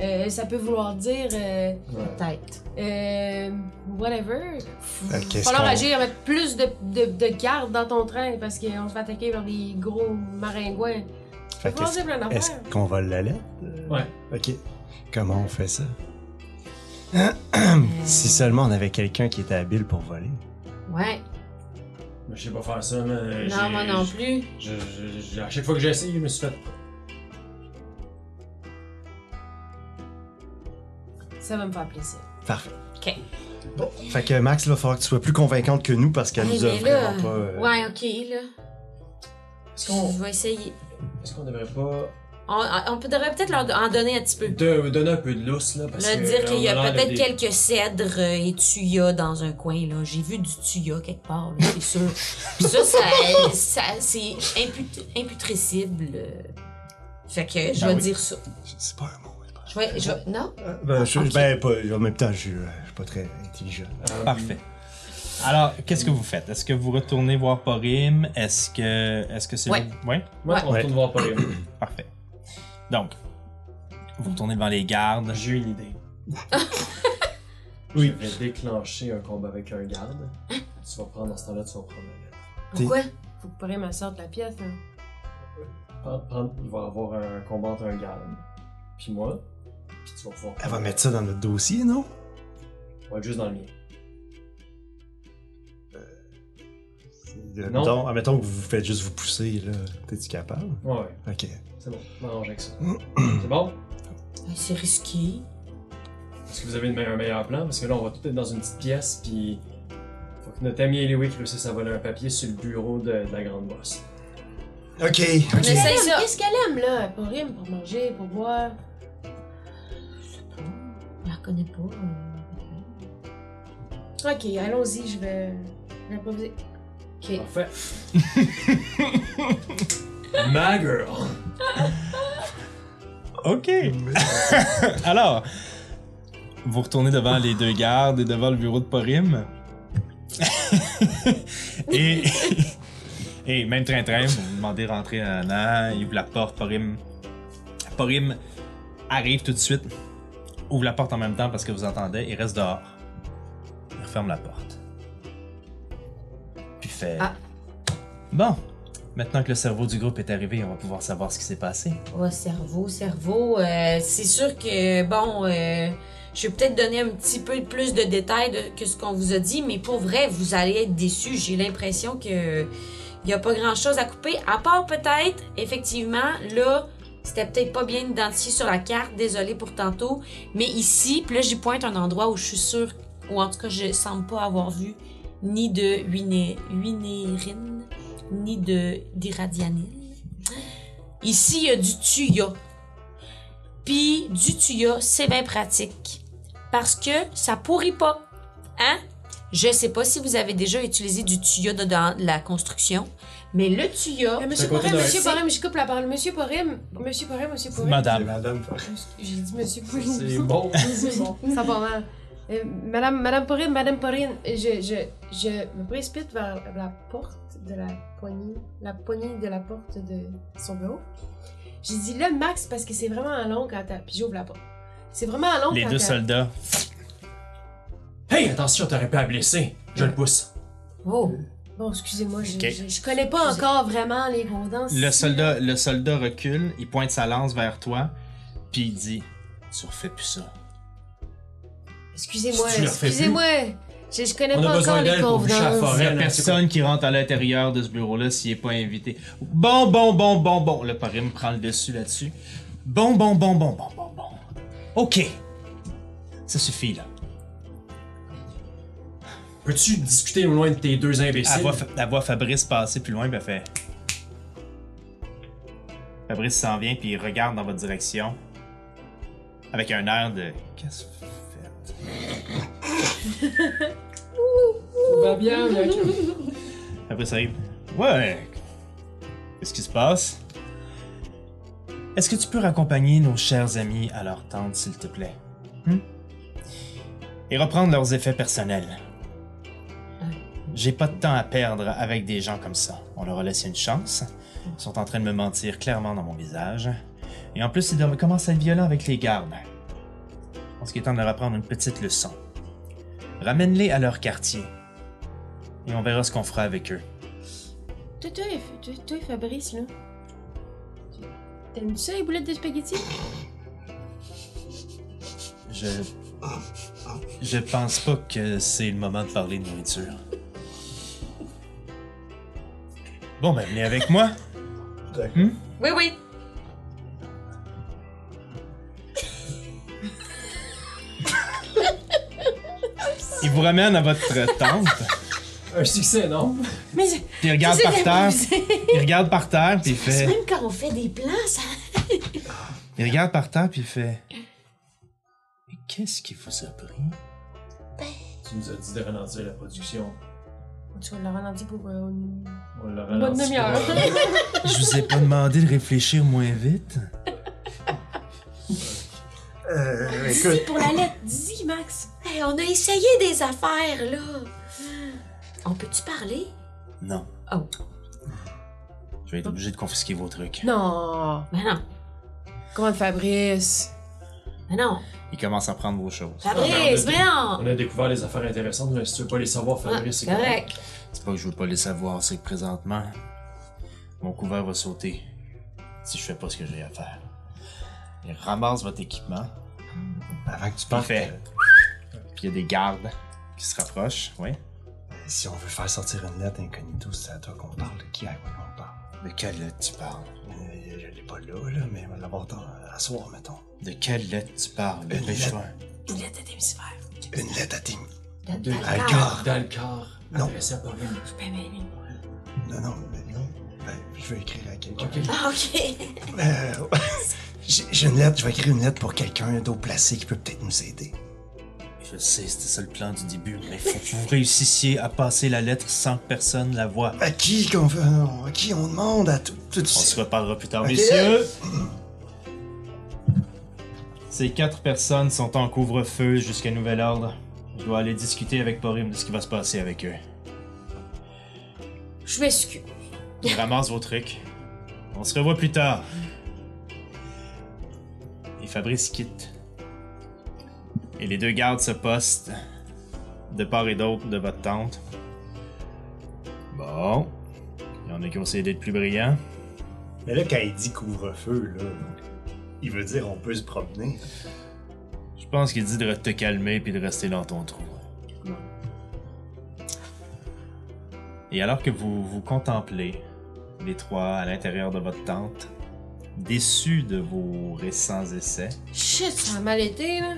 Euh, ça peut vouloir dire euh,
Ouais.
Peut-être.
euh, whatever.
Fait
Il va
qu'est-ce
falloir
qu'on-
agir, mettre plus de, de, de gardes dans ton train parce qu'on se fait attaquer par des gros maringouins. Ça
Fait
peut vouloir
qu'est-ce-
dire plein
Ah
est-ce
d'affaires.
qu'on vole la lettre?
Ouais.
Ok. Comment on fait ça? Si seulement on avait quelqu'un qui était habile pour voler.
Ouais.
Mais Ben, je sais pas faire ça, mais.
Non, moi non plus.
Je, je- je- à chaque fois que j'ai essayé, je me suis fait.
Ça va me faire plaisir.
Parfait.
Ok.
Bon. Fait que Max, il va falloir que tu sois plus convaincante que nous parce qu'elle
Hey,
nous a
mais là,
vraiment pas. euh,
Ouais, ok, là.
Est-ce qu'on
Je vais essayer.
est-ce qu'on devrait pas
On, on peut- devrait peut-être leur en donner un petit peu.
De, donner un peu de lousse, là, parce
Là,
que...
dire
euh,
qu'il y
on
a
l'air de
peut-être
des-
quelques cèdres euh, et tuyas dans un coin, là. J'ai vu du tuya quelque part, là, c'est sûr. Puis ça, ça, ça c'est imput- imputrescible. euh. Fait que je
Ah
Ben
vais
oui.
dire ça.
C'est pas un mot. c'est pas-
Je vais, je vais- non?
Euh, Ben, je,
Ok.
ben pas, en même temps, je, suis, euh, je suis pas très intelligent.
Euh,
Parfait. Alors, qu'est-ce que vous faites? Est-ce que vous retournez voir Porim? Est-ce que. Est-ce que c'est.
Ouais.
Ouais?
Ouais, on
Ouais.
retourne voir Porim.
Parfait. Donc, vous retournez devant les gardes.
J'ai une idée.
Oui.
Je vais déclencher un combat avec un garde. Tu vas prendre, dans ce temps-là, tu vas prendre la lettre.
T'es-
Pourquoi?
Faut que Porim elle sorte la pièce, hein. là.
Prendre- prendre- il va avoir un combat entre un garde. Puis moi. Puis tu vas pouvoir.
Elle va mettre ça dans notre dossier, non?
Ouais, juste dans le mien.
Euh,
Non.
Mettons, admettons que vous vous faites juste vous pousser, là. T'es-tu capable?
Ouais, ouais.
Ok.
C'est bon. Je m'arrange avec ça. C'est bon?
Ah, C'est risqué.
Est-ce que vous avez une me- un meilleur plan? Parce que là, on va tout être dans une petite pièce, puis. Faut que notre ami Eliwick réussisse à voler un papier sur le bureau de, de la grande bosse.
Ok,
On
ok.
essaye
Qu'est-ce qu'elle aime?
ça.
Qu'est-ce qu'elle aime, là? Porim, pour manger, pour boire.
Je la connais pas. euh.
Ok, allons-y, je vais. Je vais improviser. Ok.
Parfait. Ma girl!
OK! Alors, vous retournez devant les deux gardes et devant le bureau de Porim. et, et même train-train, vous vous demandez de rentrer en an, il ouvre la porte, Porim. Porim arrive tout de suite, ouvre la porte en même temps parce que vous entendez, il reste dehors. Il referme la porte. Puis fait.
Ah.
Bon, maintenant que le cerveau du groupe est arrivé, on va pouvoir savoir ce qui s'est passé.
Oh, cerveau, cerveau. euh, c'est sûr que, bon, euh, je vais peut-être donner un petit peu plus de détails de- que ce qu'on vous a dit, mais pour vrai, vous allez être déçus. J'ai l'impression que il n'y a pas grand-chose à couper, à part peut-être, effectivement, là, c'était peut-être pas bien identifié sur la carte, désolé pour tantôt, mais ici, puis là, j'y pointe un endroit où je suis sûre, ou en tout cas, je semble pas avoir vu ni de huiné- huinérine, ni de d'iradianine. Ici, il y a du tuya. Puis, du tuya, c'est bien pratique. Parce que ça pourrit pas. Hein? Je sais pas si vous avez déjà utilisé du tuya de- dans la construction, mais le tuya.
Euh, monsieur
Ça continue
Porim,
à-
monsieur Porim, je coupe la parole. Monsieur Porim, monsieur Porim, monsieur Porim.
Madame.
Madame.
J'ai dit monsieur Porim.
C'est bon! C'est bon!
Ça va mal. Euh, Madame, Madame Porin, Madame Porin, je, je, je me précipite vers la porte de la poignée, la poignée de la porte de son bureau. J'ai dit là, Max, parce que c'est vraiment long quand t'as. Puis j'ouvre la porte. C'est vraiment long
Les
quand
deux
t'as-
soldats
Hey, attention, t'aurais pu la blesser! Je le pousse.
Oh!
Bon, excusez-moi, je,
Ok.
je, je connais pas
Excusez.
encore vraiment les condances.
Le soldat, le soldat recule, il pointe sa lance vers toi, puis il dit Tu refais plus ça.
Excusez-moi,
Si tu le refais
excusez-moi. Je, je connais
On a
pas
besoin
encore les
d'elle pour boucher la
convenances.
forêt.
Il n'y a
là,
personne qui rentre à l'intérieur de ce bureau-là s'il n'est pas invité. Bon, bon, bon, bon, bon. Le parim prend le dessus là-dessus. Bon, bon, bon, bon, bon, bon, bon. Ok. Ça suffit, là.
Peux-tu discuter au loin de tes deux
Elle
imbéciles?
voit, Fa- elle voit Fabrice passer plus loin, puis elle fait. Fabrice s'en vient, puis il regarde dans votre direction. Avec un air de. Qu'est-ce que vous faites
Tout va bien, bien.
Fabrice arrive. Ouais. Qu'est-ce qui se passe Est-ce que tu peux raccompagner nos chers amis à leur tente, s'il te plaît Hmm? Et reprendre leurs effets personnels. J'ai pas de temps à perdre avec des gens comme ça. On leur a laissé une chance. Ils sont en train de me mentir clairement dans mon visage. Et en plus, ils doivent- commencent à être violents avec les gardes. Je pense qu'il est temps de leur apprendre une petite leçon. Ramène-les à leur quartier. Et on verra ce qu'on fera avec eux.
Toi, toi, et- toi, toi et Fabrice, là. tu- T'aimes-tu ça, les boulettes de spaghettis?
Je. Je pense pas que c'est le moment de parler de nourriture. Bon, ben, venez avec moi.
Oui, oui!
Il vous ramène à votre tente.
Un succès, non?
Mais je-
Puis il regarde par terre.
j'essaie d'improviser.
Il regarde par terre, puis il
C'est
fait.
même quand on fait des plans, ça.
Il regarde par terre puis il fait. Mais qu'est-ce qui vous a pris?
Tu nous as dit de ralentir la production.
Tu vas le ralentir pour euh, une
On l'a
bonne
ralenti.
demi-heure.
Je vous ai pas demandé de réfléchir moins vite.
Euh,
Dis
écoute,
pour la lettre, dis Max.
Hey, on a essayé des affaires, là. On peut-tu parler?
Non.
Oh.
Je vais être obligé de confisquer vos trucs.
Non.
Mais Ben non,
Comment Fabrice?
mais non.
Il commence à prendre vos choses.
Fabrice, mais non!
On a découvert des affaires intéressantes, mais si tu veux pas les savoir,
Ah,
Fabrice, c'est
Ouais,
correct.
correct.
C'est pas que je veux pas les savoir, c'est que présentement, mon couvert va sauter si je fais pas ce que j'ai à faire. Il ramasse votre équipement.
avant que tu
Puis il
partes, euh,
fait. Puis il y a des gardes qui se rapprochent, ouais.
euh, si on veut faire sortir une lettre incognito, c'est à toi qu'on parle. De qui à quoi on parle?
De quelle lettre tu parles
Euh, je l'ai pas là, là, mais on va l'avoir dans à soir, mettons.
De quelle lettre tu parles Le
Une
pécheur.
Une lettre à demi-sphère.
Une lettre à Tim.
De
Alcar.
Dans le corps.
Non.
Adressé à Paris.
Ben,
Non, non, mais non. Ben, je vais écrire à quelqu'un.
Ok.
Ah, OK.
Euh, j'ai j'ai une lettre, je vais écrire une lettre pour quelqu'un d'autre placé qui peut peut-être nous aider.
Je sais, c'était ça le plan du début, mais faut que vous réussissiez à passer la lettre sans que personne la voie.
À qui qu'on veut, à qui on demande, à tout, tout de
On se
suite.
reparlera plus tard,
Ok.
messieurs. Ces quatre personnes sont en couvre-feu jusqu'à nouvel ordre. Je dois aller discuter avec Porim de ce qui va se passer avec eux.
Je m'excuse.
Ils ramassent vos trucs. On se revoit plus tard. Et Fabrice quitte. Et les deux gardes se postent de part et d'autre de votre tente. Bon. Il y en a qui ont essayé d'être plus brillants.
Mais là, quand il dit couvre-feu, là, il veut dire on peut se promener.
Je pense qu'il dit de te calmer puis de rester dans ton trou. Et alors que vous vous contemplez, les trois à l'intérieur de votre tente, déçus de vos récents essais,
Shit, ça a mal été, là.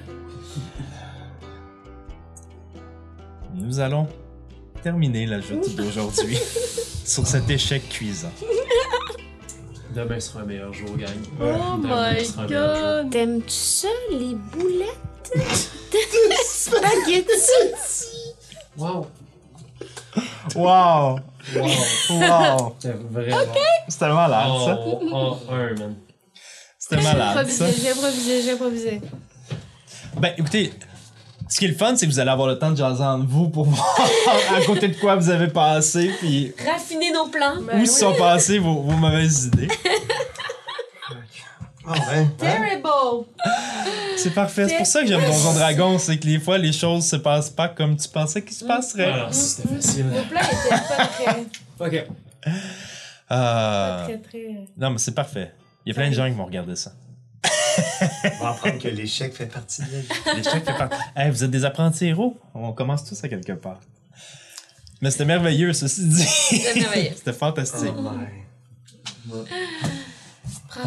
nous allons terminer la joute d'aujourd'hui sur cet échec cuisant.
Demain sera un meilleur jour, gang.
Oh
Demain
my
sera un meilleur jour.
god.
T'aimes-tu ça, les boulettes?
Wow!
Wow!
Wow!
Wow!
C'était vraiment.
C'était malade, ça!
En, en un, man.
C'était Oh. malade, ça!
J'improvisais, j'improvisais, j'improvisais.
Ben, écoutez, ce qui est le fun, c'est que vous allez avoir le temps de jaser entre vous pour voir à côté de quoi vous avez passé, puis
Raffiner nos plans.
Ben
où sont passées vos, vos mauvaises idées.
Ah ouais, hein?
Terrible!
C'est parfait. C'est pour ça que j'aime Donjon Dragon, c'est que des fois, les choses se passent pas comme tu pensais qu'ils se passeraient.
Alors, si c'était facile.
Le plan était pas très,
Ok.
Ah.
pas très, très... euh,
non, mais c'est parfait. Il y a plein de gens qui vont regarder ça.
On va apprendre que l'échec fait partie de la vie.
L'échec fait partie. Hey, vous êtes des apprentis héros. On commence tous à quelque part. Mais c'était merveilleux, ceci dit.
C'était merveilleux.
C'était fantastique.
Euh,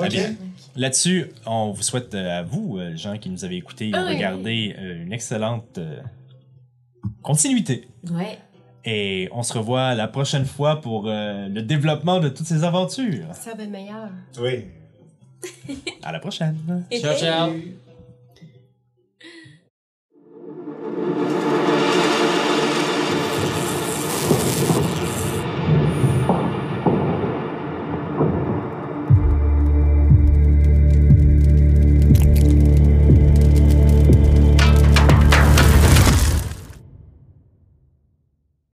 Eh
Ok.
bien. Là-dessus, on vous souhaite euh, à vous, euh, les gens qui nous avez écoutés et
Ah oui.
regardé, euh, une excellente euh, continuité.
Ouais,
Et on se revoit la prochaine fois pour euh, le développement de toutes ces aventures.
Ça va être meilleur.
Oui.
À la prochaine.
Ciao, ciao!